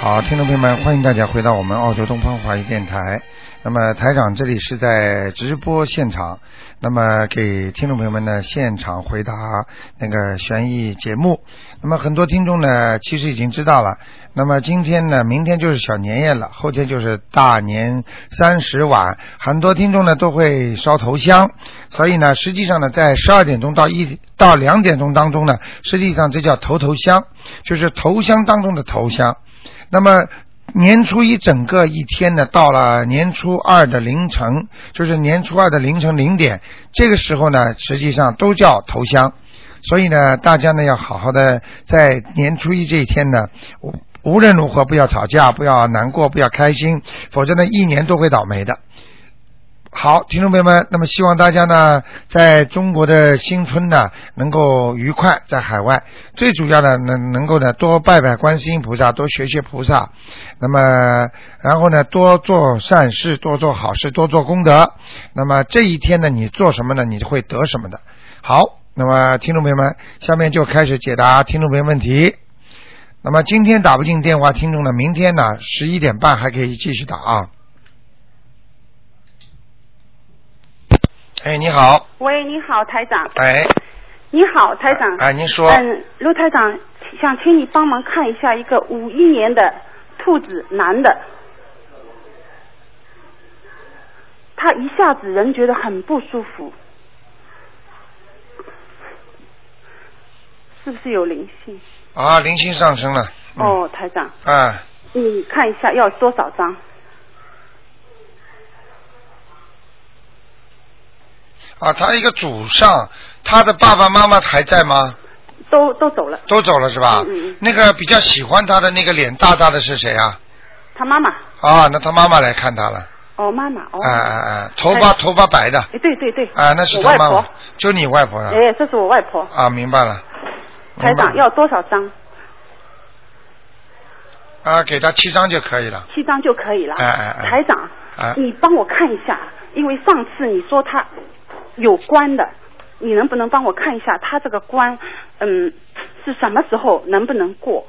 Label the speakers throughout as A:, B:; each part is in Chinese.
A: 好，听众朋友们，欢迎大家回到我们澳洲东方华语电台。那么台长这里是在直播现场，那么给听众朋友们呢现场回答那个悬疑节目。那么很多听众呢其实已经知道了。那么今天呢，明天就是小年夜了，后天就是大年三十晚，很多听众呢都会烧头香。所以呢，实际上呢，在十二点钟到一到两点钟当中呢，实际上这叫头头香，就是头香当中的头香。那么年初一整个一天呢，到了年初二的凌晨，就是年初二的凌晨零点，这个时候呢，实际上都叫头香。所以呢，大家呢要好好的在年初一这一天呢，无无论如何不要吵架，不要难过，不要开心，否则呢一年都会倒霉的。好，听众朋友们，那么希望大家呢，在中国的新春呢，能够愉快，在海外最主要的能能够呢，多拜拜观世音菩萨，多学学菩萨，那么然后呢，多做善事，多做好事，多做功德。那么这一天呢，你做什么呢，你就会得什么的。好，那么听众朋友们，下面就开始解答听众朋友问题。那么今天打不进电话，听众呢，明天呢，十一点半还可以继续打啊。哎，你好，
B: 喂，你好，台长。
A: 哎，
B: 你好，台长。
A: 哎，您说，
B: 嗯，卢台长，想请你帮忙看一下一个五一年的兔子男的，他一下子人觉得很不舒服，是不是有灵性？
A: 啊，灵性上升了，
B: 哦，台长，
A: 啊，
B: 你看一下要多少张？
A: 啊，他一个祖上，他的爸爸妈妈还在吗？
B: 都都走了，
A: 都走了是吧？
B: 嗯嗯
A: 那个比较喜欢他的那个脸大大的是谁啊？
B: 他妈妈，
A: 啊，那他妈妈来看他了，
B: 哦，妈妈，哦，
A: 啊啊啊，头发
B: 哎
A: 头发白的，
B: 哎，对对对，
A: 啊，那是
B: 我
A: 他
B: 外
A: 妈
B: 婆
A: 妈，，就你外婆啊，
B: 哎，这是我外婆，
A: 啊，明白了，
B: 台
A: 明白
B: 长要多少张？
A: 啊，给他七张就可以了，
B: 七张就可以了。
A: 哎哎哎
B: 台长，
A: 哎
B: 你帮我看一下，因为上次你说他有关的，你能不能帮我看一下他这个关，嗯，是什么时候能不能过？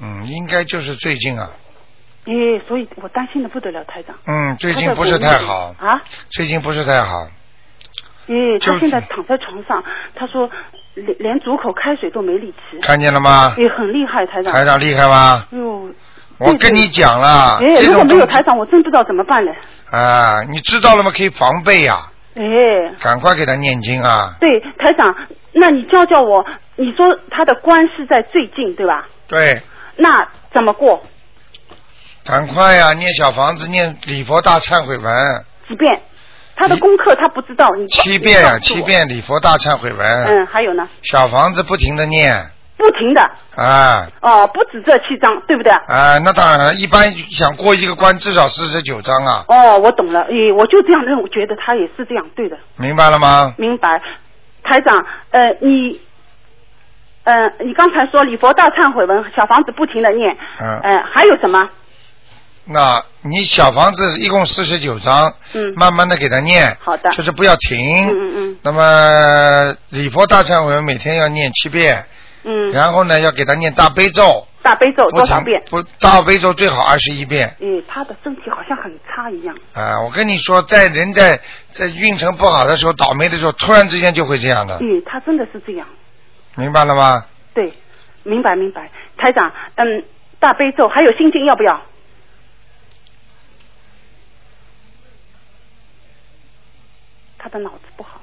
A: 嗯，应该就是最近啊，
B: 哎，所以我担心的不得了，台长。
A: 嗯，最
B: 他
A: 近
B: 在
A: 不是
B: 国内
A: 太好，
B: 啊！
A: 最近不是太好，
B: 哎，
A: 嗯就
B: 他
A: 是
B: 现在躺在床上，他说连连煮口开水都没力气，
A: 看见了吗？
B: 也很厉害，台长。
A: 台长厉害吧？
B: 哎呦，
A: 我
B: 对
A: 跟
B: 对
A: 你讲了，
B: 哎，
A: 这
B: 如果
A: 种
B: 没
A: 东
B: 有
A: 西
B: 台长，我真不知道怎么办了。
A: 啊，你知道了吗？可以防备呀、
B: 哎，
A: 赶快给他念经啊！
B: 对，台长，那你教教我，你说他的官是在最近对吧？
A: 对，
B: 那怎么过？
A: 赶快呀、念小房子，念礼佛大忏悔文
B: 几遍？他的
A: 一
B: 功课他不知道，你
A: 七遍呀、
B: 哦你告诉我
A: 七。遍礼佛大忏悔文，
B: 嗯，还有呢，
A: 小房子不停的念
B: 不停的
A: 啊
B: 哦，不止这七张，对不对？
A: 啊！那当然了，一般想过一个关至少四十九章啊，
B: 哦，我懂了，诶，我就这样认为，觉得他也是这样，对的，
A: 明白了吗？
B: 明白。台长，呃，你，呃，你刚才说礼佛大忏悔文，小房子不停的念，
A: 嗯
B: 呃，还有什么？
A: 那你小房子一共四十九章，
B: 嗯
A: 慢慢的给他念，
B: 好的
A: 就是不要
B: 嗯
A: 停。
B: 嗯
A: 那么礼佛大忏悔文每天要念七遍，
B: 嗯嗯，
A: 然后呢要给他念大悲咒，
B: 大悲咒
A: 不
B: 多少
A: 停
B: 遍？
A: 不大悲咒最好二十一遍
B: 诶，哎他的身体好像很差一样。
A: 啊！我跟你说，在人在在运程不好的时候、倒霉的时候，突然之间就会这样的，
B: 诶，哎他真的是这样。
A: 明白了吗？
B: 对，明白明白。台长，嗯，大悲咒还有心经要不要？他的脑子不好，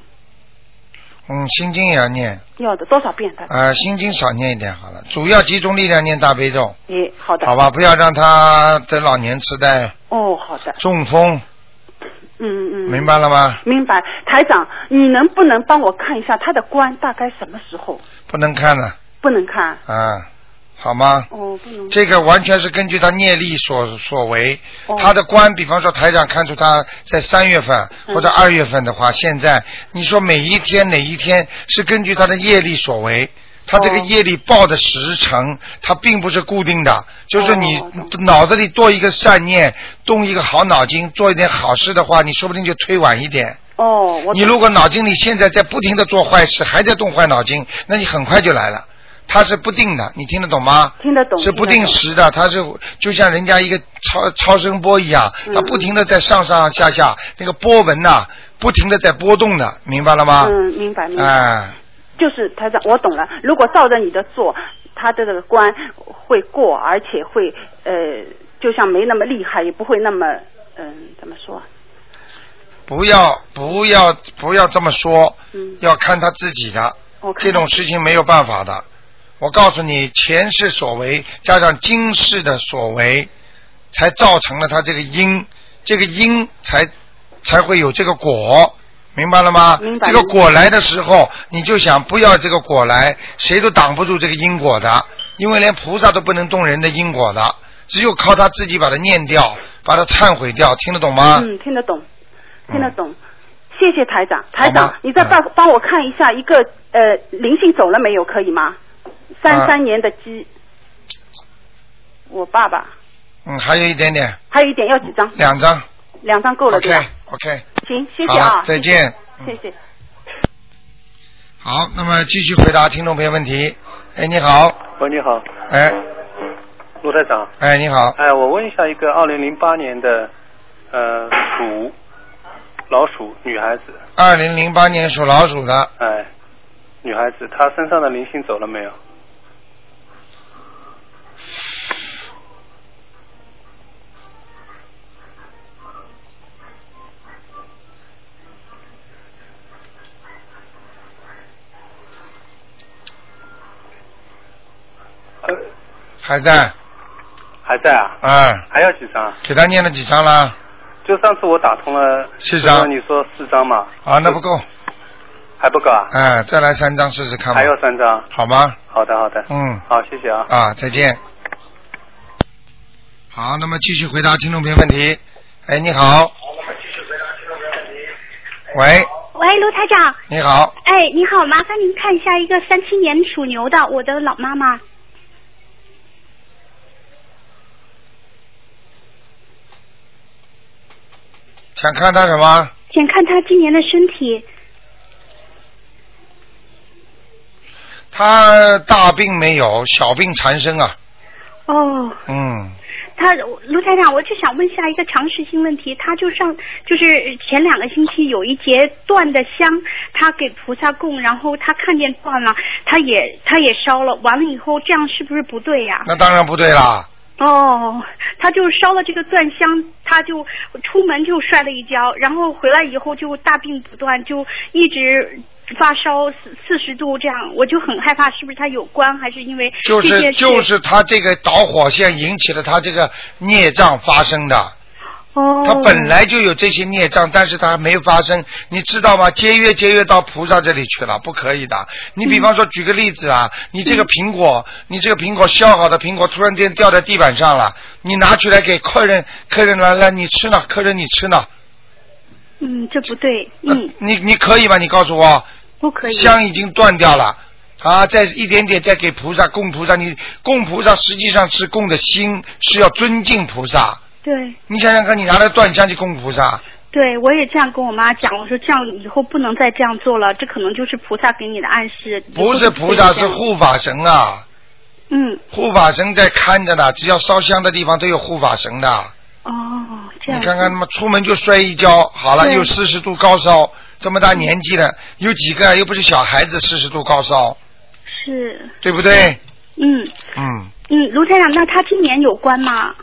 A: 嗯，心经也要念，
B: 要的多少遍？他
A: 啊，心经少念一点好了，主要集中力量念大悲咒，
B: 也哎好的。
A: 好吧？不要让他得老年痴呆、
B: 哦，好的。
A: 中风，
B: 嗯嗯嗯。
A: 明。白了吗？
B: 明白，台长，你能不能帮我看一下他的官大概什么时候
A: 不能看了
B: 不能看？
A: 啊，好吗？
B: 哦，不能。
A: 这个完全是根据他业力所所为，
B: 哦
A: 他的官，比方说台长看出他在三月份
B: 嗯
A: 或者二月份的话，现在你说每一天哪一天是根据他的业力所为，它这个业力报的时辰，它并不是固定的，就是你
B: 哦
A: 脑子里做一个善念，动一个好脑筋，做一点好事的话，你说不定就推晚一点。
B: 哦，我
A: 你如果脑筋里现在在不停的做坏事，还在动坏脑筋，那你很快就来了。它是不定的，你听得懂吗？
B: 听得懂，
A: 是不
B: 听
A: 定
B: 得懂
A: 时的，它是就像人家一个超超声波一样，它
B: 嗯
A: 不停的在上上下下，那个波纹呐、不停的在波动的，明白了吗？
B: 嗯，明白明白。
A: 哎，
B: 就是台长，我懂了。如果照着你的做，他的这个关会过，而且会呃，就像没那么厉害，也不会那么嗯、怎么说啊？
A: 不要不要不要这么说，
B: 嗯，
A: 要看他自己的，
B: 我看
A: 这种事情没有办法的。我告诉你，前世所为加上今世的所为，才造成了他这个因，这个因才才会有这个果，明白了吗？
B: 明白
A: 这个果来的时候，你就想不要这个果来，谁都挡不住这个因果的，因为连菩萨都不能动人的因果的，只有靠他自己把它念掉，把它忏悔掉，听得懂吗？
B: 嗯，听得懂，
A: 嗯
B: 听得懂。谢谢台长，台
A: 好
B: 长
A: 吗，嗯
B: 你再帮帮我看一下一个呃灵性走了没有，可以吗？三
A: 啊
B: 三年的鸡，我爸爸，
A: 嗯，还有一点点，
B: 还有一点要几张？
A: 嗯两张。
B: 两张够了对
A: OK
B: 吧？
A: OK，
B: 行，谢
A: 好
B: 谢啊
A: 了，，再见。
B: 谢谢。
A: 好，那么继续回答听众朋友问题。哎，你好，
C: 喂，你好，
A: 哎
C: 陆台长。
A: 哎，你好，
C: 哎，我问一下一个二零零八年的呃鼠老鼠女孩子，
A: 二零零八年属老鼠的，
C: 哎，女孩子她身上的灵性走了没有？呃，
A: 还在，
C: 还在啊？
A: 哎，
C: 还要几张啊？
A: 给他念了几张了？
C: 就上次我打通了
A: 四张
C: 就说你说四张嘛，
A: 啊，那不够，
C: 还不够啊？
A: 哎，再来三张试试看吧
C: 还，有三张，
A: 好吗？
C: 好的好的，
A: 嗯，
C: 好，谢谢啊。
A: 啊，再见。好，那么继续回答听众朋友问题。哎，你好。喂，
D: 喂，卢台长，
A: 你好，
D: 哎，你好，麻烦您看一下一个三七年属牛的我的老妈妈，
A: 想看他什么？
D: 想看她今年的身体。
A: 他大病没有，小病缠身啊。
D: 哦，
A: 嗯，
D: 她卢台长，我就想问一下一个常识性问题，她就上就是前两个星期有一节断的香，她给菩萨供，然后她看见断了，她也她也烧了，完了以后这样是不是不对呀、
A: 那当然不对啦。
D: 哦，她就烧了这个断香，她就出门就摔了一跤，然后回来以后就大病不断，就一直发烧四四十度这样，我就很害怕，是不是她有关，还是因为
A: 就
D: 这
A: 是
D: 件事
A: 就是他这个导火线引起了他这个孽障发生的，
D: 哦，
A: 他本来就有这些孽障，但是他还没发生，你知道吗？节约节约到菩萨这里去了，不可以的。你比方说举个例子啊，你这个苹果，你这个苹果削好的苹果突然间掉在地板上了，你拿出来给客人，客人来来你吃呢，客人你吃呢，
D: 嗯这不对，
A: 呃
D: 嗯
A: 你你可以吧？你告诉我，
D: 不可以，
A: 香已经断掉了。啊，再一点点再给菩萨供菩萨，你供菩萨实际上是供的心，是要尊敬菩萨。
D: 对
A: 你想想看，你拿着断香去供菩萨，
D: 对，我也这样跟我妈讲，我说这样以后不能再这样做了，这可能就是菩萨给你的暗示，
A: 不是菩萨是护法神啊，
D: 嗯
A: 护法神在看着呢，只要烧香的地方都有护法神的。
D: 哦
A: 你
D: 这样
A: 看看他妈出门就摔一跤，好了
D: 对
A: 又四十度高烧，这么大年纪了，有几个啊又不是小孩子四十度高烧，
D: 是
A: 对不对？
D: 嗯。
A: 嗯，
D: 嗯，卢台长，那他今年有关吗？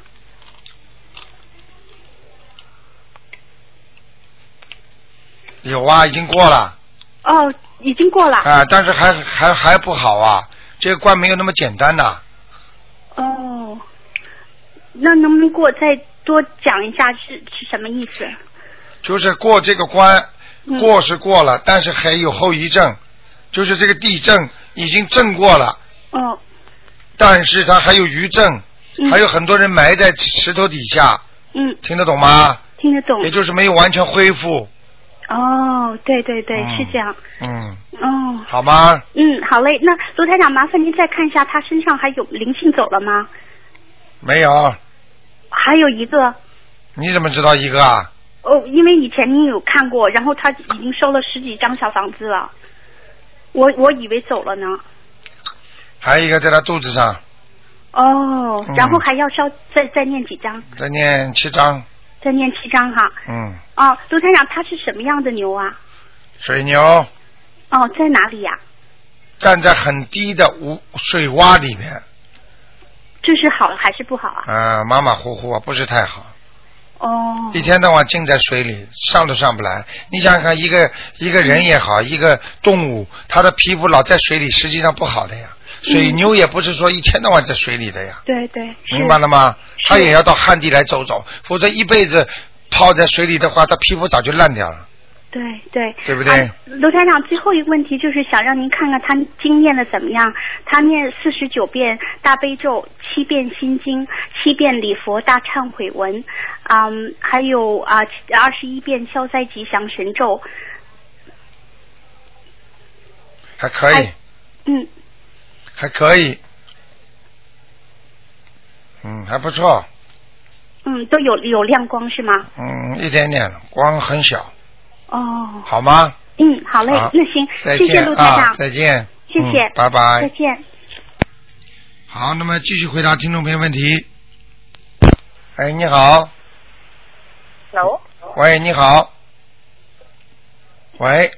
A: 有啊，已经过了。
D: 哦，已经过了。
A: 啊，但是还还还不好啊，这个关没有那么简单呐、
D: 哦，那能不能给我再多讲一下是是什么意思？
A: 就是过这个关，
D: 嗯
A: 过是过了，但是还有后遗症，就是这个地震已经震过了，
D: 哦，
A: 但是它还有余震，
D: 嗯
A: 还有很多人埋在石头底下，
D: 嗯，
A: 听得懂吗？
D: 听得懂。
A: 也就是没有完全恢复，
D: 哦，对对对，是这样。
A: 嗯，
D: 哦，
A: 好吗？
D: 嗯，好嘞。那卢台长，麻烦您再看一下他身上还有灵性走了吗？
A: 没有，
D: 还有一个，
A: 你怎么知道一个啊？
D: 哦，因为以前您有看过，然后他已经收了十几张小房子了，我我以为走了呢。
A: 还有一个在他肚子上，
D: 哦
A: 嗯，
D: 然后还要烧再再念几张，
A: 再念七章。
D: 再念七张哈。
A: 嗯，
D: 哦，卢台长，他是什么样的牛啊？
A: 水牛
D: 哦，在哪里呀、
A: 站在很低的无水洼里面，
D: 这是好还是不好啊？
A: 啊、马马虎虎啊，不是太好，
D: 哦，
A: 一天到晚浸在水里，上都上不来。你想想看，一个一个人也好，一个动物，它的皮肤老在水里，实际上不好的呀。
D: 嗯
A: 水牛也不是说一天到晚在水里的呀。
D: 对对，是
A: 明白了吗？
D: 是
A: 他也要到旱地来走走，否则一辈子泡在水里的话，他皮肤早就烂掉了，
D: 对对。
A: 对不对？
D: 啊卢台长，最后一个问题就是想让您看看他经念的怎么样。他念四十九遍大悲咒，七遍心经，七遍礼佛大忏悔文，嗯，还有啊二十一遍消灾吉祥神咒，
A: 还可以
D: 哎，嗯，
A: 还可以，嗯，还不错，
D: 嗯，都有有亮光是吗？
A: 嗯，一点点，光很小，
D: 哦，
A: 好吗？
D: 嗯，好嘞，
A: 好
D: 那行，
A: 再
D: 谢谢
A: 见
D: 卢台
A: 啊
D: 长，，
A: 再见，
D: 谢谢
A: 嗯拜
D: 再
A: 拜。
D: 见。
A: 好，那么继续回答听众朋友问题。哎，你好，
E: No,
A: 喂，你好，喂，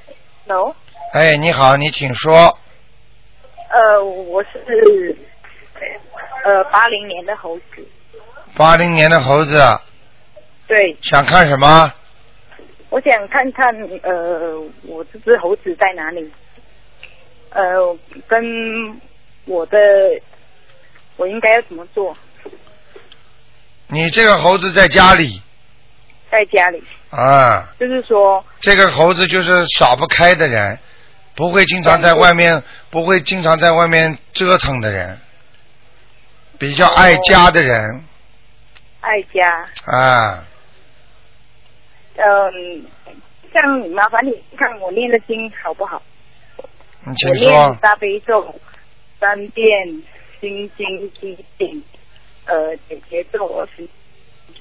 E: no，
A: 哎，你好，你请说，
E: 呃，我是呃八零年的猴子，
A: 八零年的猴子
E: 对，
A: 想看什么？
E: 我想看看呃我这只猴子在哪里，呃，跟我的我应该要怎么做？
A: 你这个猴子在家里
E: 在家里，
A: 啊，
E: 就是说，
A: 这个猴子就是少不开的人，不会经常在外面，不会经常在外面折腾的人，比较爱家的人
E: 爱家，
A: 啊。
E: 嗯、这样麻烦你看我念的经好不好？
A: 你
E: 我
A: 请
E: 念
A: 说，
E: 大悲咒三遍，心经七遍，呃，姐姐咒二十，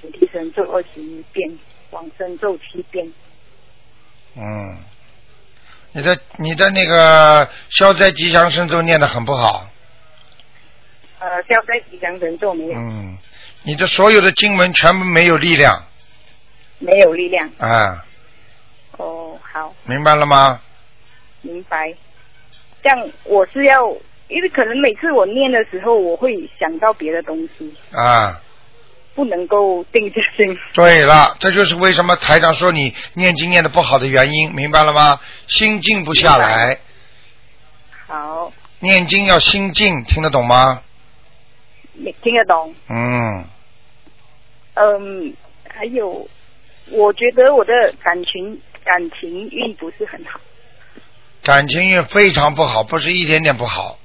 E: 主题神咒二十呃一遍，往生咒七遍。
A: 嗯，你的你的那个消灾吉祥神咒念的很不好，
E: 呃，消灾吉祥神咒呃没有、
A: 嗯，你的所有的经文全部没有力量
E: 没有力量。
A: 啊，
E: 哦，好，
A: 明白了吗？
E: 明白。这样我是要，因为可能每次我念的时候，我会想到别的东西，
A: 啊，
E: 不能够定下心。
A: 对了，这就是为什么台长说你念经念的不好的原因，明白了吗？心静不下来，
E: 好，
A: 念经要心静，听得懂吗？
E: 你听得懂？
A: 嗯，
E: 嗯，还有，我觉得我的感情感情运不是很好，
A: 感情运非常不好，不是一点点不好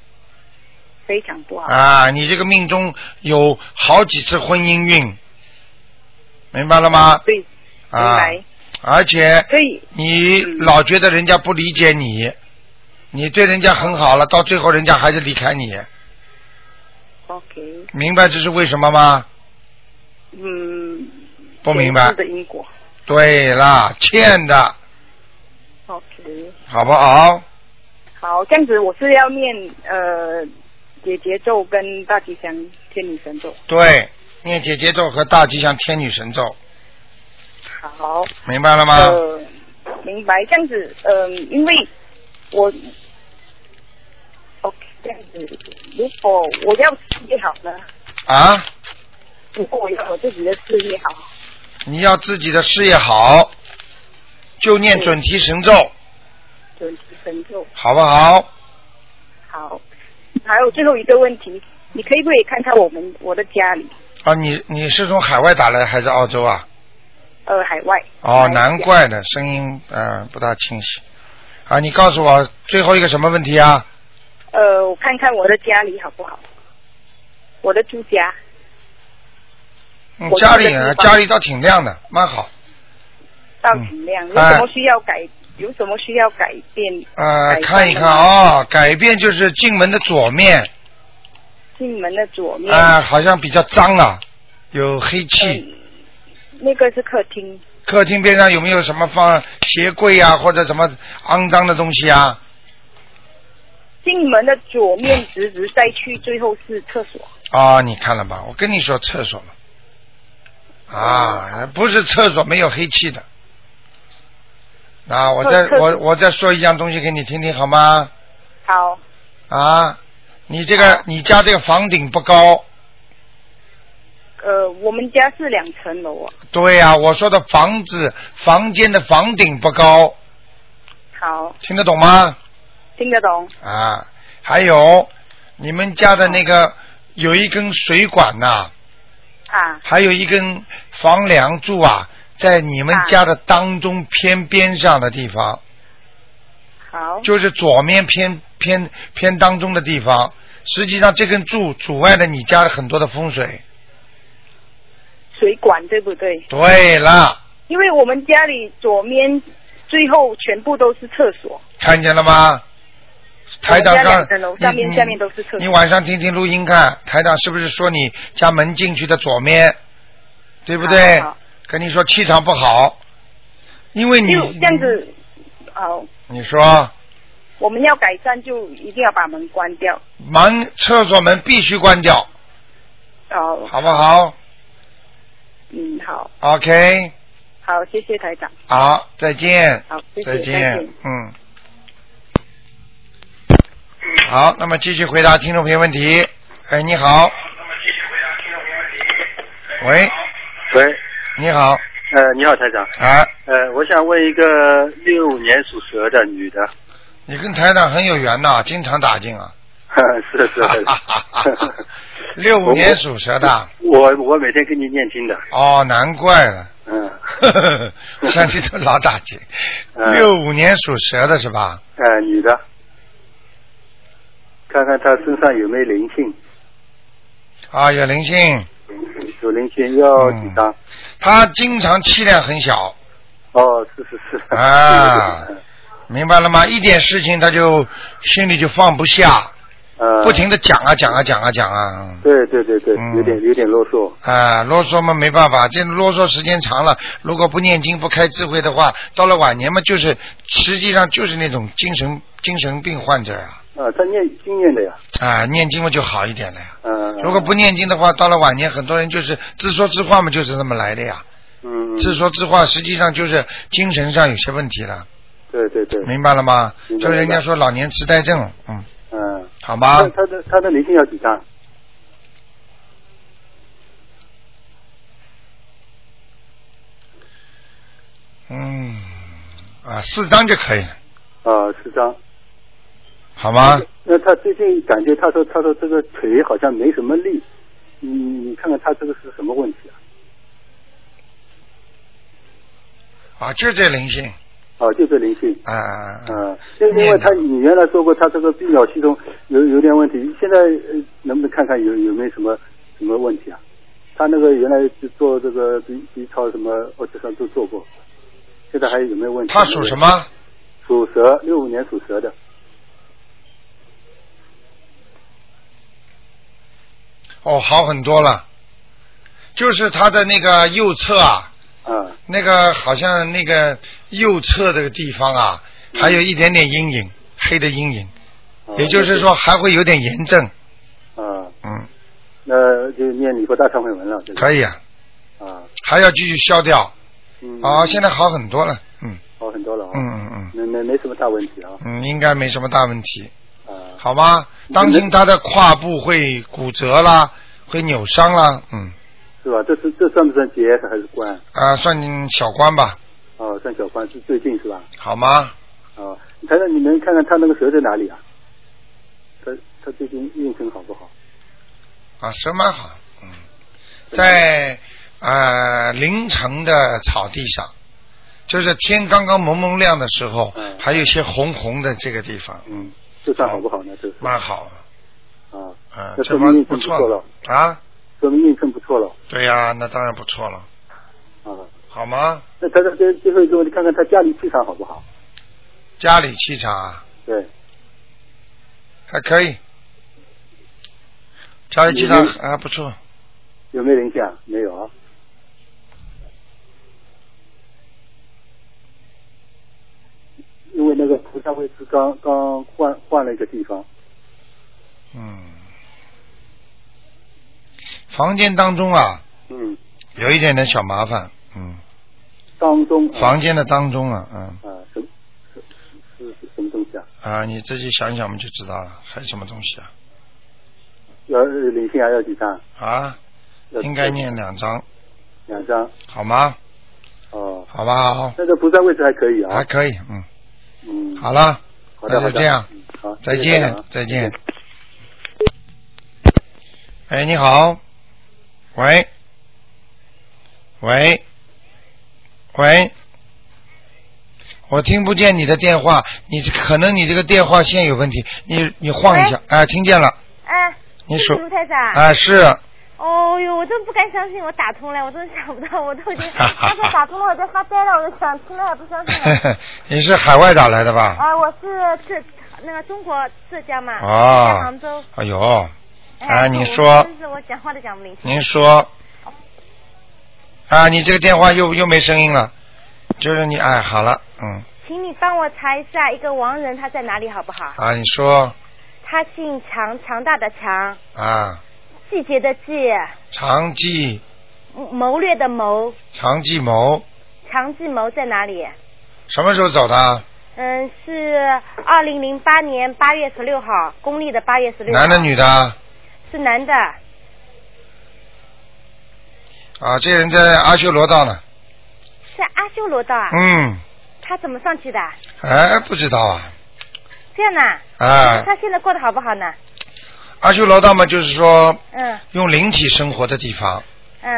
E: 非常不好。
A: 啊！你这个命中有好几次婚姻运，明白了吗？
E: 嗯对，明
A: 啊，
E: 白。
A: 而且
E: 所以，
A: 你
E: 嗯
A: 老觉得人家不理解你，你对人家很好了，到最后人家还是离开你，
E: OK，
A: 明白这是为什么吗？
E: 嗯，
A: 不明白
E: 前世。的因果。
A: 对啦，欠的，
E: OK，
A: 好不好？
E: 好，这样子我是要念呃解结咒跟大吉祥天女神咒。
A: 对，念姐姐咒和大吉祥天女神咒，
E: 好，
A: 明白了吗？
E: 呃，明白。这样子，嗯、因为我 OK，这样子，如果我要事业好呢，
A: 啊，
E: 如果我要我自己的事业好，
A: 你要自己的事业好，就念准提神咒，
E: 就提神咒。
A: 好不好？
E: 好，还有最后一个问题，你可以不可以看看我们我的家里？
A: 啊，你你是从海外打来还是澳洲啊？
E: 呃，海外。
A: 哦，
E: 马来西亚
A: 难。怪呢，声音呃不大清晰。啊，你告诉我最后一个什么问题啊？
E: 呃，我看看我的家里好不好？我的住家
A: 嗯，
E: 我
A: 家里
E: 住的地
A: 啊
E: 方
A: 家里倒挺亮的，蛮好。
E: 到体谅。有
A: 哎
E: 什么需要改？有什么需要改变？
A: 呃
E: 改，变
A: 看一看
E: 了吗
A: 啊、改变就是进门的左面
E: 进门的左面，
A: 啊、好像比较脏啊，有黑气。
E: 嗯那个是客厅，
A: 客厅边上有没有什么放鞋柜啊，或者什么肮脏的东西啊？
E: 进门的左面直直再去，最后是厕所。
A: 啊、你看了吧？我跟你说厕所嘛，
E: 哦
A: 啊，不是厕所没有黑气的。啊，我再
E: 厕厕所
A: 我我再说一样东西给你听听好吗？
E: 好，
A: 啊，你这个你家这个房顶不高，
E: 呃，我们家是两层楼啊。
A: 对呀、我说的房子房间的房顶不高，
E: 好，
A: 听得懂吗？
E: 听得懂。
A: 啊，还有你们家的那个有一根水管呐、
E: 啊
A: 还有一根房梁柱啊，在你们家的当中偏边上的地方，
E: 好，
A: 就是左面偏偏偏当中的地方。实际上，这根柱阻碍了你家的很多的风水。
E: 水管对不对？
A: 对了，
E: 因为我们家里左面最后全部都是厕所，
A: 看见了吗？台长
E: 我们家
A: 刚
E: 两层楼，
A: 你
E: 上面
A: 你
E: 下面都是厕所
A: 你晚上听听录音看，台长是不是说你家门进去的左面，对不对
E: 好好？
A: 跟你说气场不好，因为
E: 就
A: 你
E: 这样，子。好，
A: 你说
E: 我们要改善就一定要把门关掉。
A: 门厕所门必须关掉，
E: 哦，
A: 好不好
E: 嗯，好，
A: ？OK，
E: 好，谢谢台长。
A: 好，再见，
E: 好谢谢
A: 再
E: 再见
A: 嗯。好，那么继续回答听众朋友问题。哎，你好。喂，
C: 喂，
A: 你好，
C: 呃，你好，台长，
A: 啊，
C: 呃，我想问一个六五年属蛇的女的，
A: 你跟台长很有缘呐、经常打进啊。
C: 是的是的，
A: 六五年属蛇的，
C: 我我每天给你念经的，
A: 哦，难怪 了，
C: 嗯，
A: 我像你都老打进。
C: 嗯
A: 六五年属蛇的是吧？
C: 呃，女的，看看她身上有没有灵性，
A: 啊，有灵性，嗯
C: 有灵性要几张？
A: 他经常气量很 小，
C: 哦，是是是，
A: 啊
C: 嗯
A: 明白了吗？一点事情他就心里就放不下，
C: 呃，
A: 不停的讲啊讲啊讲啊讲啊，
C: 对对对对，
A: 嗯
C: 有点有点啰嗦，
A: 啊，啰嗦嘛没办法，这啰嗦时间长了，如果不念经不开智慧的话，到了晚年嘛就是实际上就是那种精神精神病患者呀、
C: 啊，她念经念的呀，
A: 啊，念经嘛就好一点了呀。
C: 嗯，
A: 如果不念经的话，到了晚年很多人就是自说自话嘛，就是这么来的呀。
C: 嗯，
A: 自说自话实际上就是精神上有些问题了。
C: 对对对，
A: 明白了吗？
C: 明白
A: 就是人家
C: 明白
A: 说老年痴呆症，嗯，
C: 嗯，
A: 好吗
C: 那？她的她的灵性要几张？
A: 嗯，啊，四张就可以了，
C: 啊，四张。
A: 好吗？
C: 那他最近感觉，他说他说这个腿好像没什么力，你你看看他这个是什么问题啊？
A: 啊，就这灵性，
C: 哦，就这灵性。
A: 啊，
C: 嗯，就因为他
A: 念
C: 你原来说过他这个泌尿系统有有点问题，现在呃能不能看看有有没有什么什么问题啊？他那个原来是做这个 B B 超什么，我这上都做过，现在还有没有问题？
A: 他属什？么？
C: 属蛇，六五年属蛇的。
A: 哦，好很多了，就是他的那个右侧啊，
C: 啊
A: 那个好像那个右侧这个地方啊，还有一点点阴影，黑的阴影，
C: 啊
A: 也就是说还会有点炎症，
C: 啊，
A: 嗯，
C: 那就念你佛大忏悔文了，对吧？
A: 可以啊，
C: 啊，
A: 还要继续消掉。
C: 嗯，
A: 啊，现在好很多了，嗯
C: 好很多了啊，
A: 嗯嗯嗯。
C: 没没没什么大问题啊，
A: 嗯，应该没什么大问题，
C: 啊，
A: 好吗？当心他的胯部会骨折啦，会扭伤啦，嗯，
C: 是吧？这是这算不算结还是关？
A: 啊、算小关吧，
C: 哦，算小关，是最近是吧？
A: 好吗？
C: 哦，台长，你能看看他那个蛇在哪里啊？他他最近运程好不好？
A: 啊，蛇蛮好，嗯，在呃凌晨的草地上，就是天刚刚蒙蒙亮的时候，
C: 嗯
A: 还有一些红红的这个地方，嗯，
C: 这算好不好呢？这是
A: 蛮好，
C: 啊，
A: 啊，
C: 那
A: 这
C: 说
A: 方
C: 明运
A: 不
C: 程不
A: 错
C: 错了，
A: 啊，
C: 说明运程不错了
A: 对呀、那当然不错了
C: 啊。
A: 好吗？
C: 那他这最最后一个问题，看看他家里气场好不好？
A: 家里气场啊
C: 对，
A: 还可以，家里气场
C: 嗯
A: 还不错，
C: 有没有影响？没有啊。因为那个菩萨位置刚刚换换了一个地方，
A: 嗯。房间当中啊，
C: 嗯，
A: 有一点点小麻烦，嗯，
C: 当中啊
A: 房间的当中啊，嗯
C: 啊什么是是什么东西啊？
A: 啊，你自己想想我们就知道了，还有什么东西啊？
C: 要呃灵性还要几张？
A: 啊，
C: 要
A: 应该念两张，
C: 两张
A: 好吗？
C: 哦。
A: 好不好？
C: 那个菩萨位置还可以
A: 还
C: 啊，
A: 可以，嗯，
C: 嗯，
A: 好了，
C: 好的，
A: 那
C: 好
A: 就
C: 的，
A: 这样
C: 嗯，好，
A: 再
C: 谢谢台
A: 见
C: 长啊，
A: 再见。哎，你好，喂，喂，喂，我听不见你的电话，你这可能你这个电话线有问题，你你晃一下，哎，听见了，
F: 哎，
A: 你
F: 是
A: 手
F: 卢台长。
A: 啊是，
F: 哦呦，我真不敢相信我打通了，我真想不到，我都已经，刚才打通了我都发呆了，我都想听了也不相信了。
A: 你 是海外打来的吧？
F: 啊，我是浙那个中国浙江嘛，
A: 哦
F: 在杭州。
A: 哎呦，
F: 哎
A: 啊，
F: 呀
A: 你
F: 我
A: 说
F: 真是我讲话都讲不灵。
A: 您说，啊，你这个电话又又没声音了，就是你哎，好了，嗯，
F: 请你帮我查一下一个亡人他在哪里好不好？
A: 啊，你说
F: 他姓强，强大的强，
A: 啊，
F: 季节的季，
A: 常计
F: 谋略的谋，
A: 常计谋
F: 强计谋在哪里？
A: 什么时候走的啊？
F: 嗯，是二零零八年八月十六号，公历的八月十六。
A: 男的？女的啊？
F: 是男的。
A: 啊，这人在阿修罗道呢，
F: 是阿修罗道啊？
A: 嗯，
F: 他怎么上去的？
A: 哎，不知道啊，
F: 这样呐、
A: 啊，
F: 他现在过得好不好呢？
A: 阿修罗道嘛，就是说
F: 嗯
A: 用灵体生活的地方，
F: 嗯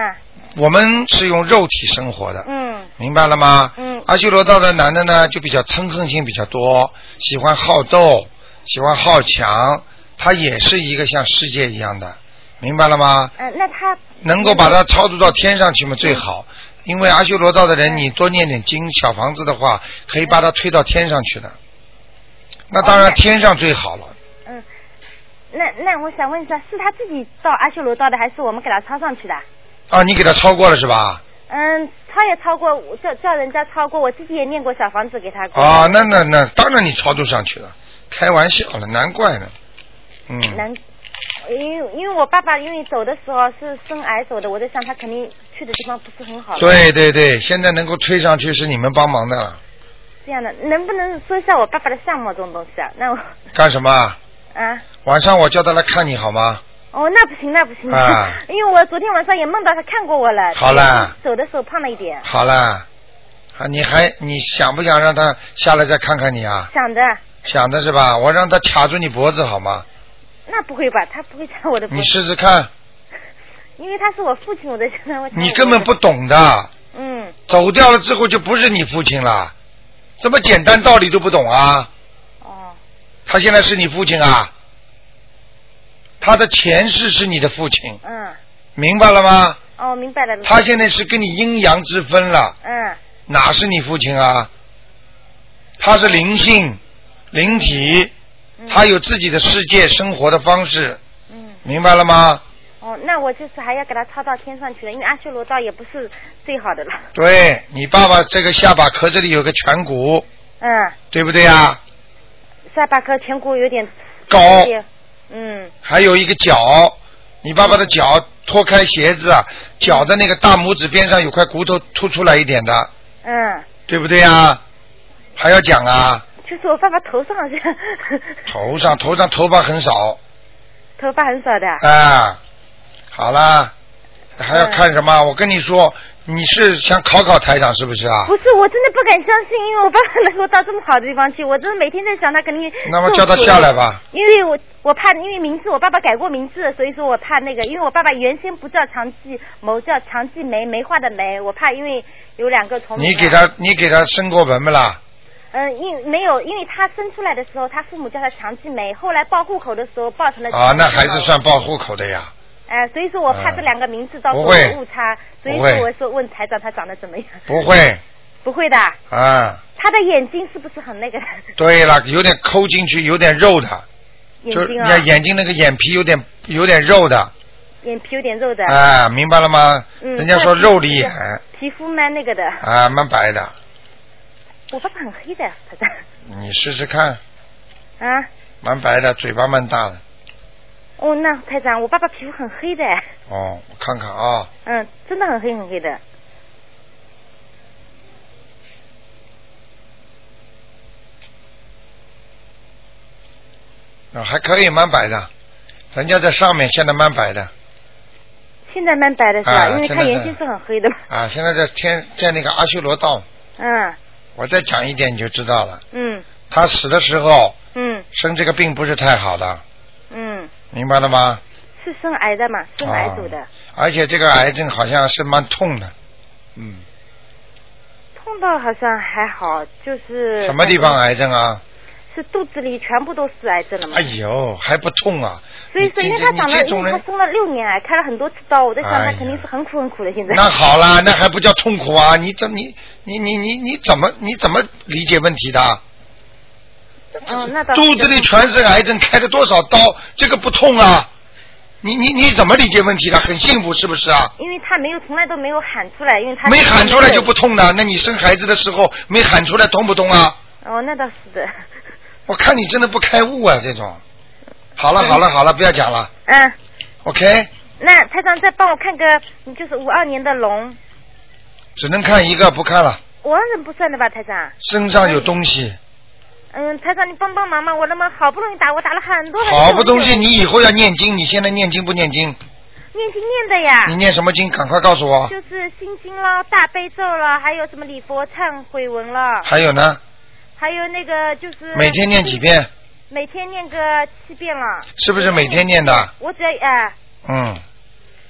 A: 我们是用肉体生活的，
F: 嗯
A: 明白了吗？
F: 嗯
A: 阿修罗道的男的呢，就比较嗔恨心比较多，喜欢好斗，喜欢好强，他也是一个像世界一样的，明白了吗？
F: 嗯，那他
A: 能够把它超度到天上去嘛最好，
F: 嗯
A: 因为阿修罗道的人，你多念点经，小房子的话，可以把它推到天上去的。那当然，天上最好了。
F: 嗯，那那我想问一下，是他自己到阿修罗道的，还是我们给他抄上去的？
A: 啊，你给他超过了是吧？
F: 嗯，抄也抄过，我叫叫人家抄过，我自己也念过小房子给他过。
A: 啊，那那那，当然你超度上去了，开玩笑了，难怪呢。嗯，
F: 能，因为因为我爸爸因为走的时候是生癌走的，我在想他肯定去的地方不是很好。。
A: 对对对，现在能够推上去是你们帮忙的了。
F: 这样的，能不能说一下我爸爸的相貌这种东西啊？那我
A: 干什么啊？
F: 啊。
A: 晚上我叫他来看你好吗？
F: 哦，那不行，那不行，
A: 啊
F: 因为我昨天晚上也梦到他看过我了。
A: 好啦。
F: 走的时候胖了一点，
A: 好啦，啊，你还你想不想让他下来再看看你啊？
F: 想的，
A: 想的是吧？我让他卡住你脖子好吗？
F: 那不会吧？他不会看我的脖
A: 你
F: 子，
A: 试试看，
F: 因为他是我父亲，我在想我想
A: 你
F: 我
A: 根本不懂的，
F: 嗯，
A: 走掉了之后就不是你父亲了，这么简单道理都不懂啊？
F: 哦，
A: 他现在是你父亲啊？他的前世是你的父亲，
F: 嗯，
A: 明白了吗？
F: 哦，明白了。
A: 他现在是跟你阴阳之分了。
F: 嗯
A: 哪是你父亲啊？他是灵性、灵体，
F: 嗯，
A: 他有自己的世界生活的方式，
F: 嗯，
A: 明白了吗？
F: 哦，那我就是还要给他抄到天上去了，因为阿修罗道也不是最好的了。
A: 对你爸爸这个下巴壳这里有个颧骨，
F: 嗯，
A: 对不对啊？
F: 下巴壳颧骨有点
A: 高，
F: 有点嗯
A: 还有一个脚，你爸爸的脚脱开鞋子啊，脚的那个大拇指边上有块骨头凸出来一点的，
F: 嗯，
A: 对不对啊？还要讲啊，
F: 就是我爸爸头上好像
A: 头上头上头发很少
F: 头发很少的。
A: 啊，好啦，还要看什么？
F: 嗯
A: 我跟你说，你是想考考台长是不是啊？
F: 不是，我真的不敢相信，因为我爸爸能够到这么好的地方 去，我真的每天在想他肯定。
A: 那么叫他下来。吧。
F: 因为我我怕，因为名字我爸爸改过名字，所以说我怕那个，因为我爸爸原先不叫常继谋，叫常继梅，梅花的梅，我怕因为有两个重名。
A: 你给。他你给他升过文不啦？
F: 嗯，因没有，因为他生出来的
A: 啊
F: 时候，他父母叫他常继梅，后来报户口的时候报成了。
A: 啊，那还是。算报户口的呀。
F: 哎，所以说我怕这两个名字到时候
A: 不会
F: 有误差，所以
A: 不会
F: 说我说问台长他长得怎么样？
A: 不会
F: 不会的，
A: 啊。
F: 他的眼睛是不是很那个的？
A: 对了，有点抠进去，有点肉的，
F: 眼
A: 就是
F: 睛
A: 你
F: 啊，
A: 看眼睛那个眼皮有点有点肉的，
F: 眼皮有点肉的，
A: 啊，明白了吗？
F: 嗯
A: 人家说肉里眼
F: 皮肤蛮那个的。
A: 啊，蛮白的，
F: 我爸爸很黑的，台长
A: 你试试看，
F: 啊，
A: 蛮白的，嘴巴蛮大的。
F: 哦，那台长，我爸爸皮肤很黑的，
A: 哦，我看看啊，
F: 嗯，真的很黑很黑的。
A: 啊还可以，蛮白的。人家在上面，现在蛮白的
F: 现在蛮白的是吧？
A: 啊
F: 因为
A: 现
F: 他
A: 在
F: 原
A: 是
F: 先是很黑的嘛。
A: 啊，现在在天在那个阿修罗道。
F: 嗯
A: 我再讲一点你就知道了。
F: 嗯
A: 他死的时候
F: 嗯
A: 生这个病不是太好的，
F: 嗯，
A: 明白了吗？
F: 是生癌的嘛，生癌组的，
A: 啊而且这个癌症好像是蛮痛的，嗯，
F: 痛到好像还好，就是
A: 什么地方？癌症啊？
F: 是肚子里全部都是癌症了嘛
A: 哎。呦，还不痛啊？
F: 所以说，
A: 你
F: 因为
A: 这
F: 他长
A: 你这
F: 了，因
A: 种
F: 为他
A: 人，
F: 生了六年癌，啊开了很多次刀，我在想
A: 哎
F: 他
A: 呀
F: 肯定是很苦很苦的。现在
A: 那好啦，那还不叫痛苦啊？你怎你你你你你怎么你怎么理解问题的？
F: 嗯，那倒是
A: 肚子里全是癌症，开了多少刀，这个不痛啊？你你你怎么理解问题的？很幸福是不是啊？
F: 因为他没有，从来都没有喊出来，因为他
A: 没喊出来就不痛的，那你生孩子的时候没喊出来痛不痛啊？
F: 哦，那倒是的，
A: 我看你真的不开悟啊，这种。好了好了好了，不要讲了
F: 嗯，
A: ，OK，
F: 那台长再帮我看个，就是五二年的龙，
A: 只能看一个，不看了。
F: 五二人不算的吧，台长？
A: 身上有东西，
F: 嗯，台长你帮帮忙嘛，我那么好不容易打，我打了很多很多
A: 好不东西，
F: 遍
A: 你以后要念经，你现在念经不念经？
F: 念经念的呀，
A: 你念什么经？赶快告诉我。
F: 啊就是心经咯，大悲咒咯，还有什么礼佛忏悔文咯，
A: 还有呢，
F: 还有那个就是
A: 每天念几，遍？
F: 每天念个七遍了，
A: 是不是每天念的？
F: 我只要哎、
A: 嗯，